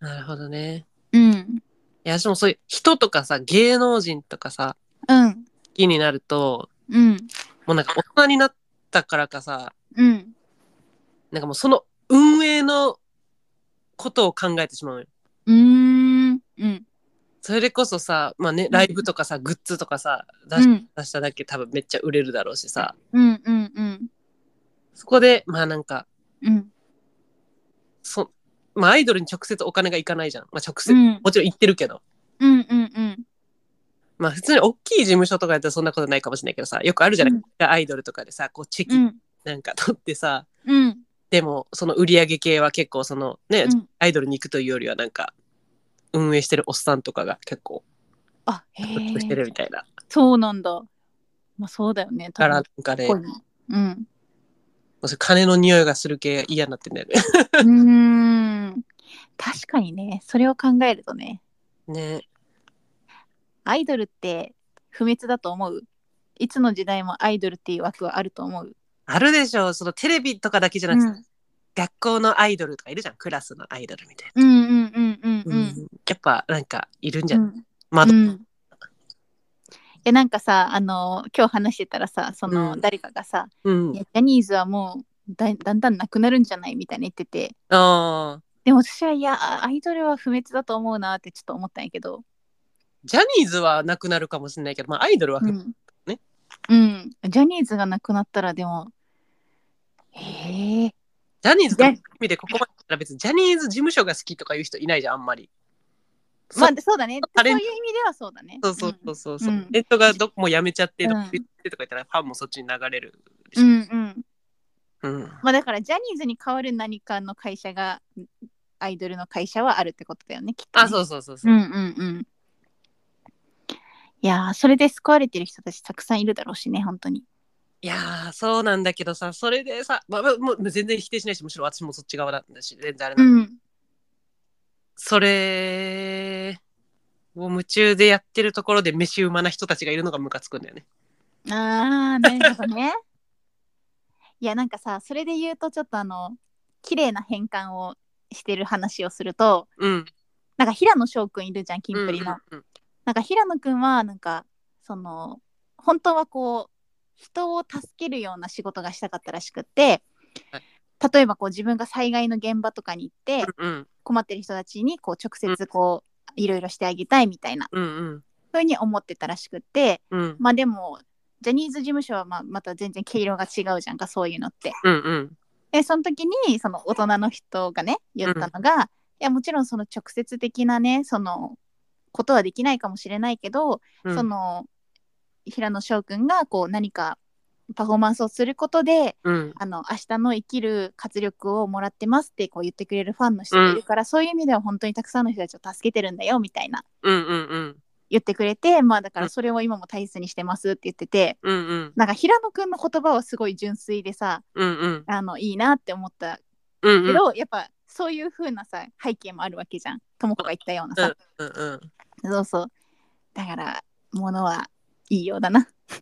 Speaker 2: なるほどね。
Speaker 1: うん。
Speaker 2: いや、私もそういう人とかさ、芸能人とかさ、
Speaker 1: うん。
Speaker 2: 好きになると、
Speaker 1: うん。
Speaker 2: もうなんか大人になったからかさ、
Speaker 1: うん。
Speaker 2: なんかもうその運営のことを考えてしまうのよ
Speaker 1: うーんうん
Speaker 2: それこそさ、まあね、ライブとかさ、グッズとかさ出
Speaker 1: う
Speaker 2: し
Speaker 1: ん
Speaker 2: 出しただけ多分めっちゃ売れるだろうしさ
Speaker 1: うんうんうん
Speaker 2: そこでまあなんか
Speaker 1: うん
Speaker 2: そ、まあ、アイドルに直接お金がいかないじゃん、まあ、直接、
Speaker 1: うん
Speaker 2: もちろん行ってるけど
Speaker 1: うんうんうん
Speaker 2: まあ普通に大きい事務所とかやったらそんなことないかもしれないけどさよくあるじゃない、
Speaker 1: うん
Speaker 2: アイドルとかでさこうチェ
Speaker 1: う
Speaker 2: キ
Speaker 1: ん
Speaker 2: なんか取ってさ、
Speaker 1: うん
Speaker 2: でもその売り上げ系は結構そのね、
Speaker 1: うん
Speaker 2: アイドルに行くというよりはなんか運営してるおっさんとかが結構
Speaker 1: あへ
Speaker 2: 納得して
Speaker 1: え
Speaker 2: るみたいな、
Speaker 1: そうなんだまあそうだよね
Speaker 2: だからな
Speaker 1: 多
Speaker 2: んかね、
Speaker 1: 分
Speaker 2: も
Speaker 1: うん
Speaker 2: うそれ金の匂いがする系が嫌になってんだよね
Speaker 1: うーん確かにねそれを考えるとね
Speaker 2: ね
Speaker 1: アイドルって不滅だと思ういつの時代もアイドルっていう枠はあると思う、
Speaker 2: あるでしょそのテレビとかだけじゃ
Speaker 1: う、
Speaker 2: なんく
Speaker 1: う
Speaker 2: て、
Speaker 1: ん
Speaker 2: 学校のアイドルとかいるじゃんクラスのアイドルみたい
Speaker 1: うんうんうんう
Speaker 2: な、うんんやっぱなんかいるんじ
Speaker 1: う
Speaker 2: ゃない、
Speaker 1: ん
Speaker 2: 窓
Speaker 1: うんえなんかさあの今日話してたらさその、
Speaker 2: うん
Speaker 1: 誰かがさ、
Speaker 2: うん
Speaker 1: いやジャニーズはもうだだんだんなくなるんじゃないみたいに言ってて
Speaker 2: あー
Speaker 1: でも私はいやアイドルは不滅だと思うなってちょっと思ったんやけど、
Speaker 2: ジャニーズはなくなるかもしれないけど、まあ、アイドルは、
Speaker 1: うん
Speaker 2: ね
Speaker 1: うん、ジャニーズがなくなったらでもへえ
Speaker 2: ジャニーズと
Speaker 1: ね
Speaker 2: 意味でここまで来たら別にジャニーズ事務所が好きとかいう人いないじゃんあんまり。
Speaker 1: まあ
Speaker 2: そ
Speaker 1: そうだね
Speaker 2: タ
Speaker 1: そうい
Speaker 2: レ
Speaker 1: う意
Speaker 2: ン
Speaker 1: 味ではそうだね
Speaker 2: そうそうそうそうそうう。
Speaker 1: ん
Speaker 2: ネットがどこもやめちゃって
Speaker 1: うん
Speaker 2: どこ行ってとか言ったらファンもそっちに流れるでし
Speaker 1: う
Speaker 2: ょ。
Speaker 1: んうん
Speaker 2: うん。
Speaker 1: まあだからジャニーズに代わる何かの会社がアイドルの会社はあるってことだよねきっとね、
Speaker 2: あそうそうそうそうう。
Speaker 1: んうんうんいやーそれで救われてる人たちたくさんいるだろうしね本当に
Speaker 2: いやーそうなんだけどさそれでさ、まあ、まあもう全然否定しないしむしろ私もそっち側だったし全然あれな、
Speaker 1: ん
Speaker 2: それを夢中でやってるところで飯うまな人たちがいるのがムカつくんだよね。
Speaker 1: あーなるほどね いやなんかさそれで言うとちょっとあの綺麗な変換をしてる話をすると
Speaker 2: うん。
Speaker 1: なんか平野翔くんいるじゃんキンプリの、
Speaker 2: うん
Speaker 1: なんか平野くんはなんかその本当はこう人を助けるような仕事がしたかったらしくって、
Speaker 2: はい
Speaker 1: 例えばこう自分が災害の現場とかに行って
Speaker 2: うんうん
Speaker 1: 困ってる人たちにこう直接こういろいろしてあげたいみたいな
Speaker 2: うんうん
Speaker 1: ふうに思ってたらしくって
Speaker 2: うん
Speaker 1: まあでもジャニーズ事務所はまあまた全然毛色が違うじゃんかそういうのって。
Speaker 2: うんうん
Speaker 1: でその時にその大人の人がね言ったのが、いやもちろんその直接的なねそのことはできないかもしれないけど、
Speaker 2: うん
Speaker 1: その平野翔くんがこう何かパフォーマンスをすることで
Speaker 2: うん
Speaker 1: あの明日の生きる活力をもらってますってこう言ってくれるファンの人がいるから、そういう意味では本当にたくさんの人たちを助けてるんだよみたいな
Speaker 2: うんうんうん
Speaker 1: 言ってくれてまあだか
Speaker 2: う
Speaker 1: ら
Speaker 2: ん
Speaker 1: それを今も大切にしてますって言ってて
Speaker 2: うんうん
Speaker 1: なんか平野くんの言葉はすごい純粋でさ
Speaker 2: うんうん
Speaker 1: あのいいなって思った
Speaker 2: うん
Speaker 1: け
Speaker 2: うん
Speaker 1: ど、やっぱそういう風なさ背景もあるわけじゃんとも子が言ったようなさ、
Speaker 2: うんうん
Speaker 1: そうそうだからものはいいようだな。
Speaker 2: ま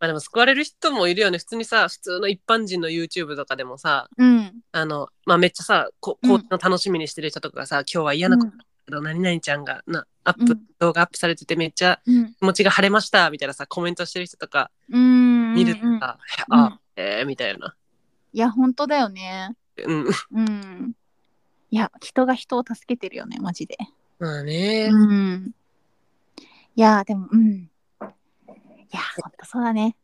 Speaker 2: あでも救われる人もいるよね普通にさ普通の一般人の YouTube とかでもさ
Speaker 1: うん、
Speaker 2: あの、まあ、めっちゃさこ
Speaker 1: うん
Speaker 2: こうの楽しみにしてる人とかがさ、今日は嫌なことだけど、何々ちゃんがなアップ、
Speaker 1: うん
Speaker 2: 動画アップされててめっちゃ
Speaker 1: うん
Speaker 2: 気持ちが晴れましたみたいなさコメントしてる人とか見
Speaker 1: 見
Speaker 2: るとさ、
Speaker 1: うん
Speaker 2: あえーみたいな、
Speaker 1: いや本当だよね
Speaker 2: うん、
Speaker 1: うんいや人が人を助けてるよねマジで
Speaker 2: まあね、
Speaker 1: うんいやでもうんいや本当そうだね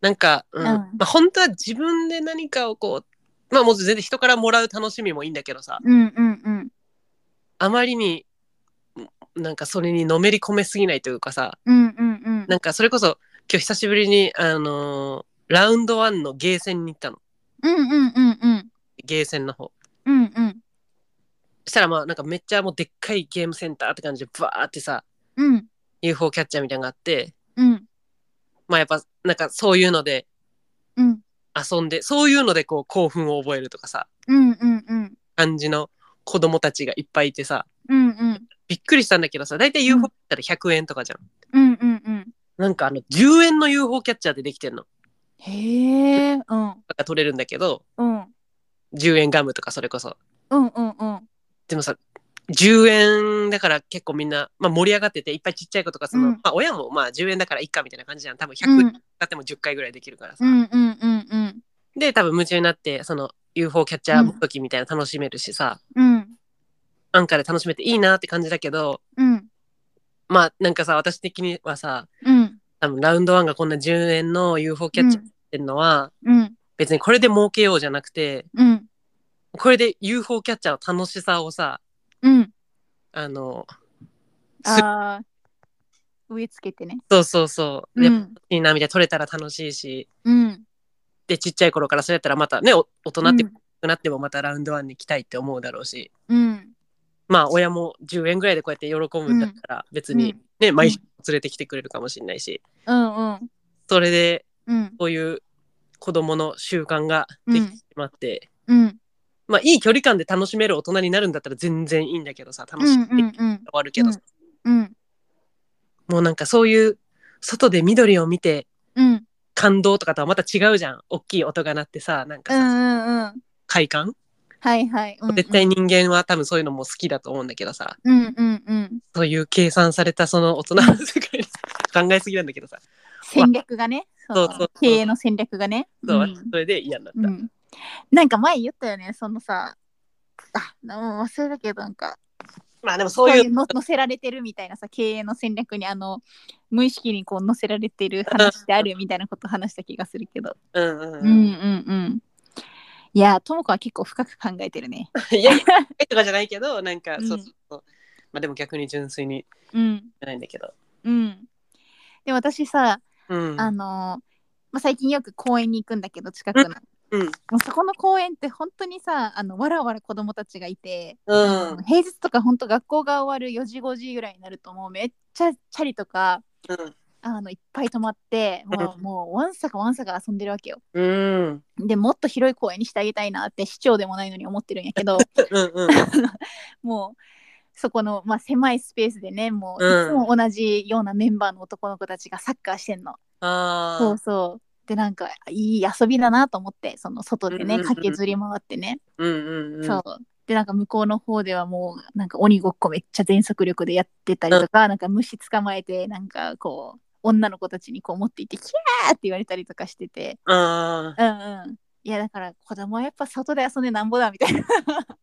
Speaker 2: なんか、う
Speaker 1: う
Speaker 2: ん
Speaker 1: ん
Speaker 2: まあ、本当は自分で何かをこうまあもう全然人からもらう楽しみもいいんだけどさ
Speaker 1: うんうんうん
Speaker 2: あまりになんかそれにのめり込めすぎないというかさ、
Speaker 1: うんうんうん
Speaker 2: なんかそれこそ今日久しぶりに、あのーラウンドワンのゲーセンに行ったの
Speaker 1: うんうんうんうん
Speaker 2: ゲーセンの方
Speaker 1: うんうん
Speaker 2: そしたらまあなんかめっちゃもうでっかいゲームセンターって感じでバーってさ
Speaker 1: うん
Speaker 2: UFO キャッチャーみたいなのがあって
Speaker 1: うん
Speaker 2: まあやっぱなんかそういうので
Speaker 1: うん
Speaker 2: 遊んでそういうのでこう興奮を覚えるとかさ
Speaker 1: うんうんうん
Speaker 2: 感じの子供たちがいっぱいいてさ
Speaker 1: うんうん
Speaker 2: びっくりしたんだけどさ大体 UFO キャッチャーで100円とかじゃん、
Speaker 1: うんうんうん
Speaker 2: なんかあの10円の UFO キャッチャーでできてんの
Speaker 1: へえうん
Speaker 2: なんか取れるんだけど
Speaker 1: うん
Speaker 2: 10円ガムとかそれこそ
Speaker 1: うんうんうん
Speaker 2: でもさ10円だから結構みんな、まあ、盛り上がってていっぱいちっちゃい子とかその、
Speaker 1: うん
Speaker 2: まあ、親もまあ10円だからいっかみたいな感じじゃん多分100
Speaker 1: うん
Speaker 2: だっても10回ぐらいできるからさ、
Speaker 1: うんうんうんうん
Speaker 2: で多分夢中になってその UFO キャッチャー目的みたいな楽しめるしさ、
Speaker 1: うん
Speaker 2: 安価で楽しめていいなって感じだけど
Speaker 1: うん
Speaker 2: まあなんかさ私的にはさ
Speaker 1: うん
Speaker 2: 多分ラウンドワンがこんな10円の UFO キャッチャーってんのは、
Speaker 1: うん
Speaker 2: 別にこれで儲けようじゃなくて
Speaker 1: うん
Speaker 2: これで UFO キャッチャーの楽しさをさ
Speaker 1: うん
Speaker 2: あの
Speaker 1: ああ植え付けてね
Speaker 2: そうそうそう、
Speaker 1: う
Speaker 2: やっぱ
Speaker 1: ん
Speaker 2: いいなみたいな取れたら楽しいし
Speaker 1: うん
Speaker 2: でちっちゃい頃からそうやったらまたねお大人って
Speaker 1: う
Speaker 2: 大
Speaker 1: ん
Speaker 2: 人なってもまたラウンドワンに来たいって思うだろうし、
Speaker 1: うん
Speaker 2: まあ親も10円ぐらいでこうやって喜ぶんだったら別にね、毎週連れてきてくれるかもしれないし
Speaker 1: うんうん
Speaker 2: それで
Speaker 1: うん
Speaker 2: こういう子供の習慣が
Speaker 1: う
Speaker 2: できて
Speaker 1: ん
Speaker 2: しまって、
Speaker 1: うん
Speaker 2: まあいい距離感で楽しめる大人になるんだったら全然いいんだけどさ楽
Speaker 1: う
Speaker 2: し
Speaker 1: ん
Speaker 2: んで終
Speaker 1: うん
Speaker 2: わるけどさ、
Speaker 1: うん
Speaker 2: もうなんかそういう外で緑を見て
Speaker 1: うん
Speaker 2: 感動とかとはまた違うじゃん大きい音が鳴ってさなんか
Speaker 1: う
Speaker 2: さ、
Speaker 1: んうん
Speaker 2: 快感
Speaker 1: はいはい
Speaker 2: 絶対人間は多分そういうのも好きだと思うんだけどさ
Speaker 1: うんうんうん
Speaker 2: そういう計算されたその大人の世界の考えすぎなんだけどさ
Speaker 1: 戦略がね
Speaker 2: そ
Speaker 1: の
Speaker 2: うそうそう
Speaker 1: 経営の戦略がね
Speaker 2: そう、
Speaker 1: うん
Speaker 2: それで嫌になった、
Speaker 1: うん、なんか前言ったよねそのさあな忘れたけどなんか
Speaker 2: まあでも
Speaker 1: そ
Speaker 2: そうう
Speaker 1: い
Speaker 2: いうう
Speaker 1: の載せられてるみたいなさ経営の戦略にあの無意識にこう載せられてる話ってあるみたいなこと話した気がするけど
Speaker 2: うんうん
Speaker 1: う
Speaker 2: うん
Speaker 1: うん
Speaker 2: ん、
Speaker 1: うんいやともこは結構深く考えてるね
Speaker 2: いやいやとかじゃないけどなんか、
Speaker 1: うん
Speaker 2: そうそうそうまあでも逆に純粋に
Speaker 1: うん
Speaker 2: じゃないんだけど
Speaker 1: うんで私さ、
Speaker 2: うん
Speaker 1: あのまあ、最近よく公園に行くんだけど近くの、
Speaker 2: うん
Speaker 1: もうそこの公園って本当にさあのわらわら子供たちがいて、
Speaker 2: うん
Speaker 1: 平日とか本当学校が終わる4時5時ぐらいになるともうめっちゃチャリとか
Speaker 2: うん
Speaker 1: あのいっぱい泊ま ってもうもうわんさかわんさか遊んでるわけよ。
Speaker 2: うん
Speaker 1: でもっと広い公園にしてあげたいなって市長でもないのに思ってるんや けど
Speaker 2: うんうん
Speaker 1: もうそこの、まあ、狭いスペースでねもうい
Speaker 2: うん
Speaker 1: つも同じようなメンバーの男の子たちがサッカーしてんの。
Speaker 2: あ
Speaker 1: そう
Speaker 2: ー
Speaker 1: そうでなんかいい遊びだなと思ってその外で
Speaker 2: うんうん
Speaker 1: ね
Speaker 2: うん
Speaker 1: 駆けずり回ってね。
Speaker 2: うんうんうん
Speaker 1: そうでなんか向こうの方ではもうなんか鬼ごっこめっちゃ全速力でやってたりとか、なんか虫捕まえてなんかこう女の子たちにこう持っていってキャーって言われたりとかしてて
Speaker 2: あー
Speaker 1: うんうんいやだから子供はやっぱ外で遊んでなんぼだみたいない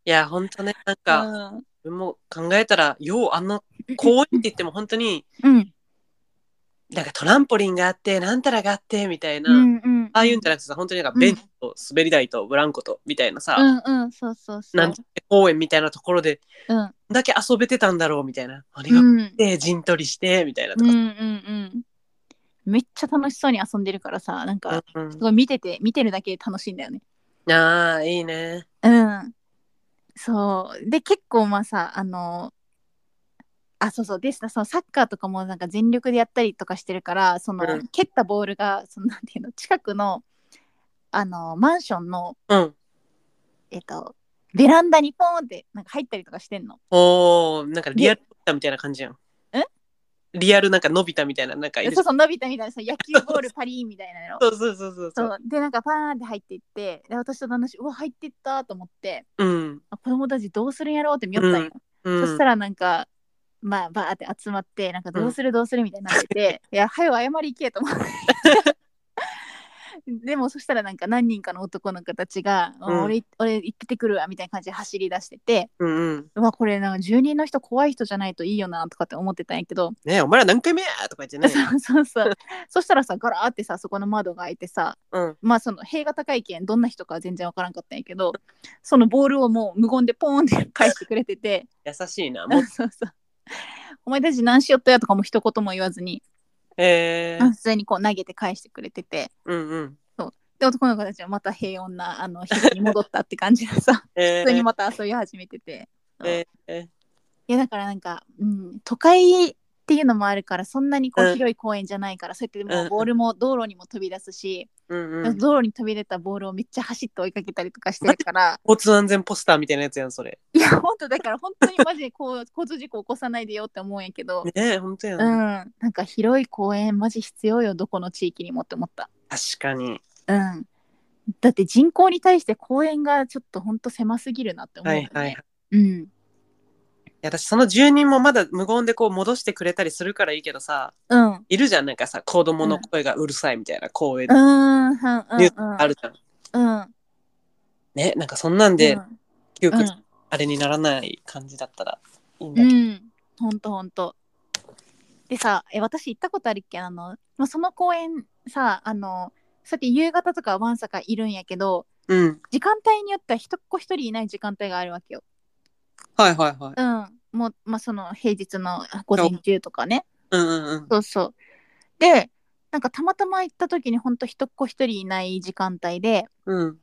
Speaker 2: やほんとねなんか、
Speaker 1: うん
Speaker 2: 自分も考えたらようあんな公園って言っても本当に
Speaker 1: うん
Speaker 2: なんかトランポリンがあってなんたらがあってみたいな、
Speaker 1: うんうん
Speaker 2: ああいうんじゃ
Speaker 1: ゃ
Speaker 2: なくてさ本当になんかベンチと滑り台とブランコとみたいなさ、
Speaker 1: うんうんそうそうそう
Speaker 2: なんて公園みたいなところで
Speaker 1: うん
Speaker 2: どんだけ遊べてたんだろうみたいなあれ
Speaker 1: う
Speaker 2: が
Speaker 1: んうん
Speaker 2: で陣取りしてみたいなと
Speaker 1: う
Speaker 2: か
Speaker 1: ん
Speaker 2: さ、
Speaker 1: うんめっちゃ楽しそうに遊んでるからさなんか
Speaker 2: うん
Speaker 1: すごい見てて見てるだけで楽しいんだよね
Speaker 2: ああいいね
Speaker 1: うん。そう。で、結構まあさ、あの、あ、そうそう、でした、そのサッカーとかもなんか全力でやったりとかしてるから、その、
Speaker 2: うん
Speaker 1: 蹴ったボールが、その、なんていうの、近くの、あの、マンションの、
Speaker 2: うん
Speaker 1: えっと、ベランダにポーンってなんか入ったりとかしてんの。
Speaker 2: おーなんかリアルのび太みたいな感じやん
Speaker 1: え
Speaker 2: リアルなんかのび太みたいななんかいるじ
Speaker 1: そ
Speaker 2: ゃ
Speaker 1: うんそう、伸びたみたいなさ、野球ボールパリーンみたいなの。
Speaker 2: そうそうそうそう
Speaker 1: そ
Speaker 2: そ
Speaker 1: うう。で、なんかパーンって入っていって、で、私と旦那氏、うわ、入ってったと思って、
Speaker 2: うん
Speaker 1: あ子供たちどうするんやろうって見よったんよ。
Speaker 2: うん
Speaker 1: そしたらなんか、まあ、バーって集まって、なんかどうするどうするみたいになってて、いや、早よ謝り行けと思って。 でもそしたらなんか何人かの男の子たちが「
Speaker 2: うん
Speaker 1: 俺俺行ってくるわ」みたいな感じで走り出してて
Speaker 2: うんうん
Speaker 1: うわこれなんか住人の人怖い人じゃないといいよなとかって思ってたんやけど、
Speaker 2: ねえお前ら何回目やとか言ってね
Speaker 1: そうそうそうそしたらさガラーってさそこの窓が開いてさ
Speaker 2: うん
Speaker 1: まあその塀が高いけんどんな人かは全然わからんかったんやけどそのボールをもう無言でポーンって返してくれてて
Speaker 2: 優しいな
Speaker 1: そう
Speaker 2: も
Speaker 1: うそうそう。お前たち何しよったやとかも一言も言わずに、
Speaker 2: えー
Speaker 1: 普、通にこう投げて返してくれてて、
Speaker 2: うんうん
Speaker 1: で、男の子たちはまた平穏な、あの、日に戻ったって感じでさ、
Speaker 2: え
Speaker 1: 普通に
Speaker 2: ー
Speaker 1: また遊び始めてて。
Speaker 2: えー
Speaker 1: いや、だからなんか、うん、都会っていうのもあるから、そんなにこ
Speaker 2: う
Speaker 1: うん広い公園じゃないから、そうやっても
Speaker 2: う
Speaker 1: うんボールも道路にも飛び出すし、
Speaker 2: うんうん、
Speaker 1: 道路に飛び出たボールをめっちゃ走って追いかけたりとかしてる から、
Speaker 2: 交通安全ポスターみたいなやつやんそれ。
Speaker 1: いや、本当だから本当にマジでこう、 交通事故起こさないでよって思うんやけど、
Speaker 2: ねえ本当やん、
Speaker 1: うん、なんか広い公園マジ必要よどこの地域にもって思った、
Speaker 2: 確かに。
Speaker 1: うん、だって人口に対して公園がちょっとほんと狭すぎるなって思う
Speaker 2: は
Speaker 1: よ
Speaker 2: い
Speaker 1: ね、
Speaker 2: はいはい。い
Speaker 1: うん
Speaker 2: や私その住人もまだ無言でこう戻してくれたりするからいいけどさ
Speaker 1: うん
Speaker 2: いるじゃんなんかさ子供の声がうるさいみたいな公園
Speaker 1: うーんうんうん
Speaker 2: ニュースあるじゃん。
Speaker 1: うん
Speaker 2: ね、なんかそんなんで
Speaker 1: う、ん
Speaker 2: 記憶、
Speaker 1: うん
Speaker 2: あれにならない感じだったらいいんだ
Speaker 1: う
Speaker 2: けど。
Speaker 1: ん、ほんとほんと。でさ、え、私行ったことあるっけあの、まあ、その公園さ、あの、さっき夕方とかワンサかいるんやけど、
Speaker 2: うん。
Speaker 1: 時間帯によっては一っ子一人いない時間帯があるわけよ。
Speaker 2: はいはいはい。
Speaker 1: うん。もう、まあ、その平日の午前中とかね。
Speaker 2: うんうんうん。
Speaker 1: そうそう。で、なんかたまたま行った時にほんと一っ子一人いない時間帯で、
Speaker 2: うん。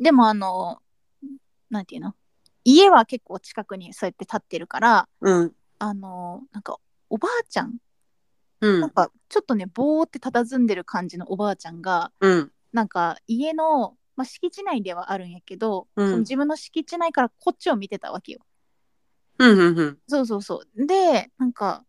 Speaker 1: でもあの、なんていうの家は結構近くにそうやって立ってるから、
Speaker 2: うん。
Speaker 1: あの、なんかおばあちゃん
Speaker 2: う
Speaker 1: なん
Speaker 2: ん。
Speaker 1: かちょっとねぼーって佇んでる感じのおばあちゃんが
Speaker 2: うん。
Speaker 1: なんか家の、まあ、敷地内ではあるんやけど、
Speaker 2: うん
Speaker 1: その自分の敷地内からこっちを見てたわけよ。
Speaker 2: うんうんうん。
Speaker 1: そうそうそうでなんか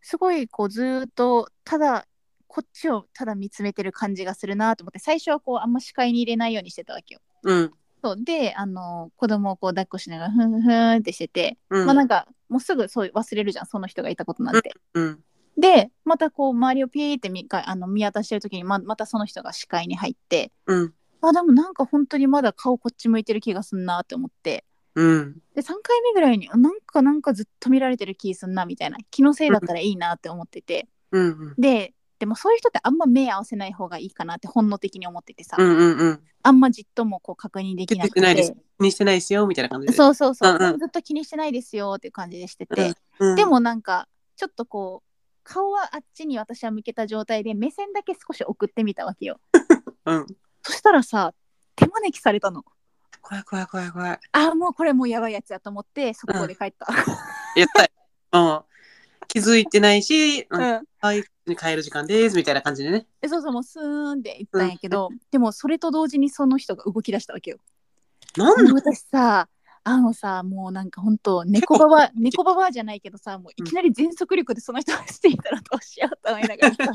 Speaker 1: すごいこうずーっとただこっちをただ見つめてる感じがするなと思って最初はこうあんま視界に入れないようにしてたわけよ。
Speaker 2: うん。
Speaker 1: そうであの子供をこう抱っこしながらふんふんふんってしてて、
Speaker 2: うん。
Speaker 1: まあなんかもうすぐそう忘れるじゃんその人がいたことなんて。
Speaker 2: うん。
Speaker 1: でまたこう周りをピーって見かあの見渡してる時にままたその人が視界に入って
Speaker 2: うん。
Speaker 1: あでもなんか本当にまだ顔こっち向いてる気がすんなって思って
Speaker 2: うん。
Speaker 1: で3回目ぐらいにあなんかなんかずっと見られてる気すんなみたいな気のせいだったらいいなって思ってて
Speaker 2: うん。
Speaker 1: ででもそういう人ってあんま目合わせない方がいいかなって本能的に思っててさ、
Speaker 2: うんうんうん。
Speaker 1: あんまじっともこう確認できなくて
Speaker 2: 気にしてないです気にしてないですよ、みたいな感じで。
Speaker 1: そうそうそう、
Speaker 2: うんうん
Speaker 1: ずっと気にしてないですよっていう感じでしてて、
Speaker 2: うん
Speaker 1: で、もなんかちょっとこう顔はあっちに私は向けた状態で目線だけ少し送ってみたわけよ
Speaker 2: うん。
Speaker 1: そしたらさ手招きされたの
Speaker 2: 怖い怖い怖い怖い。
Speaker 1: ああもうこれもうやばいやつだと思って速攻で帰った、
Speaker 2: やったい。うん。気づいてないし、う ん。
Speaker 1: うん
Speaker 2: はい、帰る時間です、みたいな感じでね。
Speaker 1: でそうそうもうスーンって行ったんやけど、でもそれと同時にその人が動き出したわけよ、
Speaker 2: なんだ
Speaker 1: 私さあのさもうなんかほんと猫ババア猫ババアじゃないけどさもういきなり全速力でその人が走っていたらどうしようと思いながらさ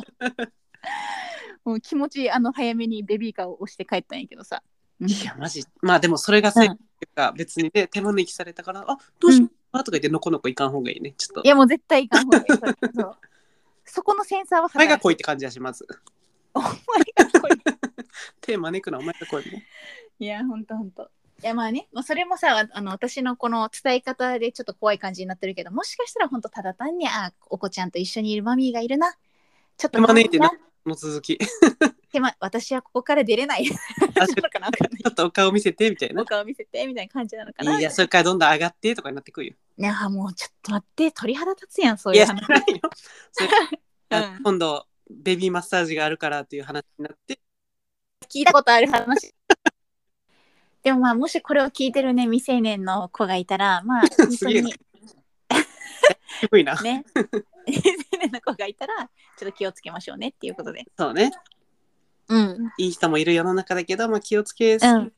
Speaker 1: もう気持ちあの早めにベビーカーを押して帰ったんやけどさ、うん
Speaker 2: いや、マジ。まあでもそれが正解っていうか、別にね、手招きされたから、あ、どうしようかなとか言って、のこのこいかん方がいいね。ちょっと。
Speaker 1: いやもう絶対いかんほうがいい それそうそこのセンサーは
Speaker 2: お前
Speaker 1: 働
Speaker 2: が
Speaker 1: く
Speaker 2: 来いって感じがします。
Speaker 1: お前が来い
Speaker 2: 手招くな、お前が来いね。
Speaker 1: いや、ほんとほんと。いや、まあね、まあ、それもさ、あの私のこの伝え方でちょっと怖い感じになってるけど、もしかしたらほんとただ単に、あ、お子ちゃんと一緒にいるマミーがいるな。ちょっと
Speaker 2: 手招いて
Speaker 1: な
Speaker 2: な、この続き。ち
Speaker 1: 手間私はここから出れ ない。なのかなわかんない
Speaker 2: ょっとお顔見せて、みたいな
Speaker 1: お。顔見せてみたいな感じなのかな。
Speaker 2: いや、それからどんどん上がってとかになってくるよ。
Speaker 1: いやもうちょっと待って、鳥肌立つやん、そう
Speaker 2: い
Speaker 1: いう
Speaker 2: や、
Speaker 1: 話。
Speaker 2: ないよ。それあ
Speaker 1: うん
Speaker 2: 今度、ベビーマッサージがあるからっていう話になって、
Speaker 1: 聞いたことある話。 でもまあ、もしこれを聞いてるね、未成年の子がいたら、まあ、本
Speaker 2: す
Speaker 1: 当
Speaker 2: げえ
Speaker 1: に
Speaker 2: 低いな。
Speaker 1: ね、 未成年の子がいたら、ちょっと気をつけましょうねっていうことで。
Speaker 2: そうね。
Speaker 1: うん。
Speaker 2: いい人もいる世の中だけど、まあ、気をつけす
Speaker 1: うん。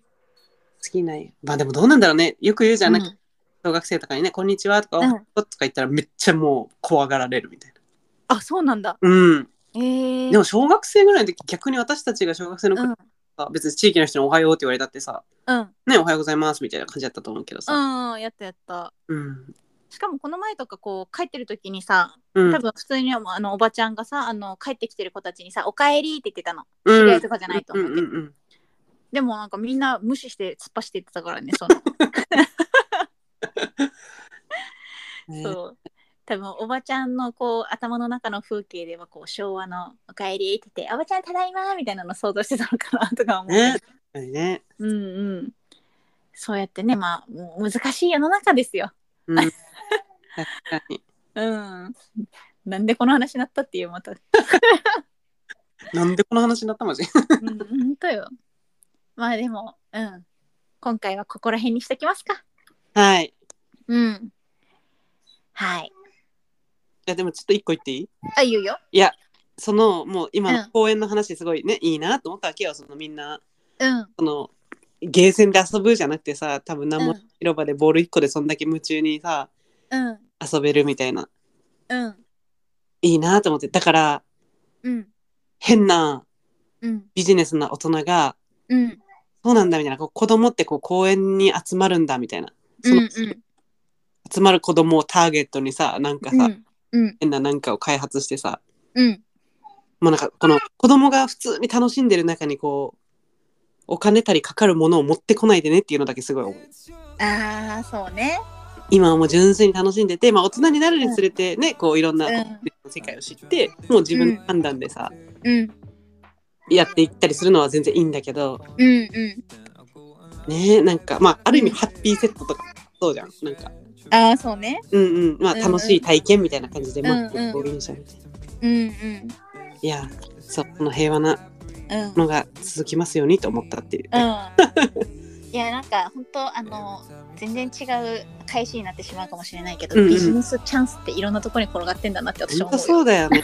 Speaker 2: ぎない。まあでもどうなんだろうね。よく言うじゃん。なんか
Speaker 1: うん
Speaker 2: 小学生とかにね、こんにちはとか、
Speaker 1: うん
Speaker 2: おはようとか言ったらめっちゃもう怖がられるみたいな。
Speaker 1: あ、そうなんだ。
Speaker 2: うん。
Speaker 1: えー、
Speaker 2: でも小学生ぐらいの時、逆に私たちが小学生の
Speaker 1: う
Speaker 2: 頃
Speaker 1: ん、
Speaker 2: さ、別に地域の人におはようって言われたってさ、
Speaker 1: うん、
Speaker 2: ね、おはようございますみたいな感じだったと思うけどさ。
Speaker 1: うん、やったやった。
Speaker 2: うん。
Speaker 1: しかもこの前とかこう帰ってる時にさ、
Speaker 2: うん。
Speaker 1: 多分普通にはもうあのおばちゃんがさ、あの帰ってきてる子たちにさ、おかえりって言ってたの。
Speaker 2: うん、
Speaker 1: 知り合いとかじゃないと思うけど
Speaker 2: んんん
Speaker 1: でもなんかみんな無視して突っ走ってってたから ね、その。
Speaker 2: ね
Speaker 1: そう多分おばちゃんのこう頭の中の風景ではこう昭和の「おかえり」って言って「おばちゃんただいま」みたいなの想像してたのかなとか思う、
Speaker 2: ねやっぱりね。
Speaker 1: うんうんそうやってねまあもう難しい世の中ですよ
Speaker 2: うん。確かに。
Speaker 1: うんなんでこの話になったっていうまた
Speaker 2: なんでこの話になったマジ
Speaker 1: うん本当よ。まあでも、うん。今回はここら辺にしときますか。
Speaker 2: はい。い
Speaker 1: うん。はい。
Speaker 2: や、でもちょっと一個言っていい
Speaker 1: あ、いいよいいよ。
Speaker 2: その、もう今
Speaker 1: う
Speaker 2: の
Speaker 1: ん
Speaker 2: 公園の話すごいね、いいなと思ったわけよ。そのみんな、
Speaker 1: うん。
Speaker 2: その、ゲーセンで遊ぶじゃなくてさ、多分何も
Speaker 1: うん
Speaker 2: 広場でボール一個でそんだけ夢中にさ、
Speaker 1: うん。
Speaker 2: 遊べるみたいな。
Speaker 1: うん。
Speaker 2: いいなと思って。だから、
Speaker 1: うん。
Speaker 2: 変な
Speaker 1: うん。
Speaker 2: ビジネスな大人が、
Speaker 1: うん。
Speaker 2: そうなんだみたいな、こう子供ってこう公園に集まるんだみたいな。その
Speaker 1: うん。うん。
Speaker 2: 集まる子供をターゲットにさ、なんかさ、
Speaker 1: うん。うん。
Speaker 2: 変ななんかを開発してさ、
Speaker 1: うん。
Speaker 2: もうなんかこの子供が普通に楽しんでる中にこうお金たりかかるものを持ってこないでねっていうのだけすごい思う
Speaker 1: ああそうね
Speaker 2: 今はもう純粋に楽しんでて、まあ、大人になるにつれてね、こういろんな
Speaker 1: うん
Speaker 2: 世界を知ってもう自分の判断でさ、
Speaker 1: うん
Speaker 2: やっていったりするのは全然いいんだけど
Speaker 1: うんうん
Speaker 2: ねなんかまあある意味ハッピーセットとかそうじゃんなんか
Speaker 1: ああそうね
Speaker 2: うんうんまあ
Speaker 1: うんうん
Speaker 2: 楽しい体験みたいな感じで
Speaker 1: うんうん
Speaker 2: まあ表現者みたいな、
Speaker 1: うんうん
Speaker 2: いやそうこの平和な
Speaker 1: うん
Speaker 2: のが続きますようにと思ったっていう、
Speaker 1: うん、いやなんか本当あの全然違う返しになってしまうかもしれないけど、
Speaker 2: うんうん
Speaker 1: ビジネスチャンスっていろんなところに転がってんだなって私は
Speaker 2: 本
Speaker 1: 思
Speaker 2: 当
Speaker 1: うよ
Speaker 2: そう だよね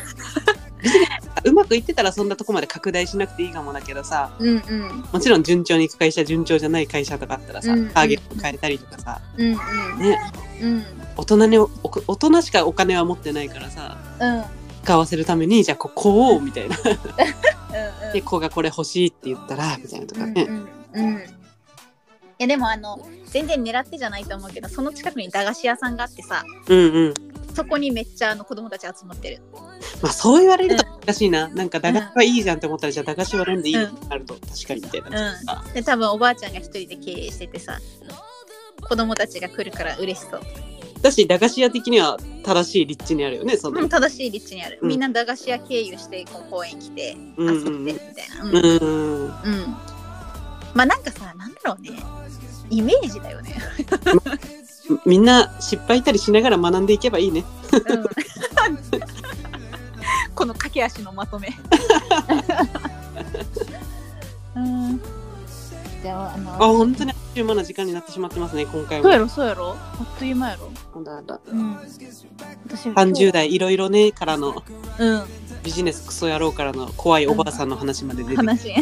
Speaker 2: 別にうまくいってたらそんなとこまで拡大しなくていいかもだけどさ
Speaker 1: うんうん
Speaker 2: もちろん順調にいく会社順調じゃない会社とかあったらさ、
Speaker 1: うんうん
Speaker 2: ターゲット変えたりとかさ
Speaker 1: うんうん
Speaker 2: ね
Speaker 1: うん
Speaker 2: 大人にお大人しかお金は持ってないからさ
Speaker 1: うんうん
Speaker 2: 買わせるためにじゃあここをみたいな
Speaker 1: うん
Speaker 2: で子がこれ欲しいって言ったらみたいなとか
Speaker 1: うん
Speaker 2: ね、
Speaker 1: うんうんいやでもあの全然狙ってじゃないと思うけどその近くに駄菓子屋さんがあってさ
Speaker 2: うんうん
Speaker 1: そこにめっちゃあの子供たち集まってる
Speaker 2: まあそう言われると難しいな、なんか駄菓子はいいじゃんって思ったらじゃあ駄菓子は飲んでいいの
Speaker 1: う
Speaker 2: なると確かにみたいな、あ
Speaker 1: うんで多分おばあちゃんが一人で経営しててさ子供たちが来るから嬉しそう
Speaker 2: だし駄菓子屋的には正しい立地にあるよねその
Speaker 1: うん、正しい立地にある、
Speaker 2: うん
Speaker 1: みんな駄菓子屋経由してこう公園来て
Speaker 2: う
Speaker 1: 遊ん
Speaker 2: ん
Speaker 1: で
Speaker 2: うん
Speaker 1: み
Speaker 2: うん
Speaker 1: たいなうん、
Speaker 2: う
Speaker 1: うん
Speaker 2: んうん
Speaker 1: まあなんかさなんだろうねイメージだよね、
Speaker 2: みんな失敗したりしながら学んでいけばいいね
Speaker 1: うん この駆け足のまとめ うんじゃああ
Speaker 2: あ
Speaker 1: の
Speaker 2: 本当にあっという間な時間になってしまってますね今
Speaker 1: そ
Speaker 2: 回
Speaker 1: う
Speaker 2: も
Speaker 1: やろそうやろあっという間やろ、
Speaker 2: あらあら
Speaker 1: うん、私
Speaker 2: 30代いろいろねからの
Speaker 1: うん
Speaker 2: ビジネスクソ野郎からの怖いおばあさんの話まで出てきて
Speaker 1: 話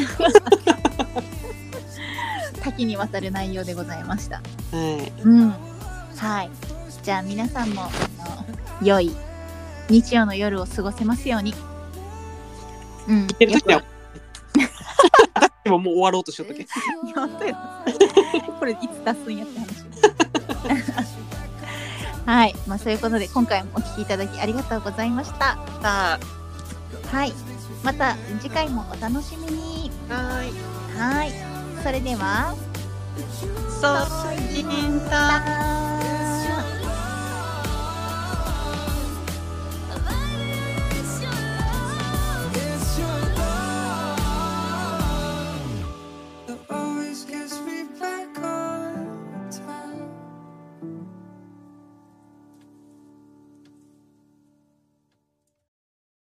Speaker 1: 多岐にわたる内容でございました
Speaker 2: はい、
Speaker 1: うん、はい。じゃあ皆さんもあの良い日曜の夜を過ごせますように。うん。
Speaker 2: 寝るときは
Speaker 1: よ
Speaker 2: でももう終わろうとしよ ったけ
Speaker 1: く いや本当よこれいつ出すんやって話。はい、まあそういうことで今回もお聞きいただきありがとうございました。
Speaker 2: は
Speaker 1: はい、また次回もお楽しみに。
Speaker 2: ーい
Speaker 1: はい、それでは、
Speaker 2: そう
Speaker 1: バイバイ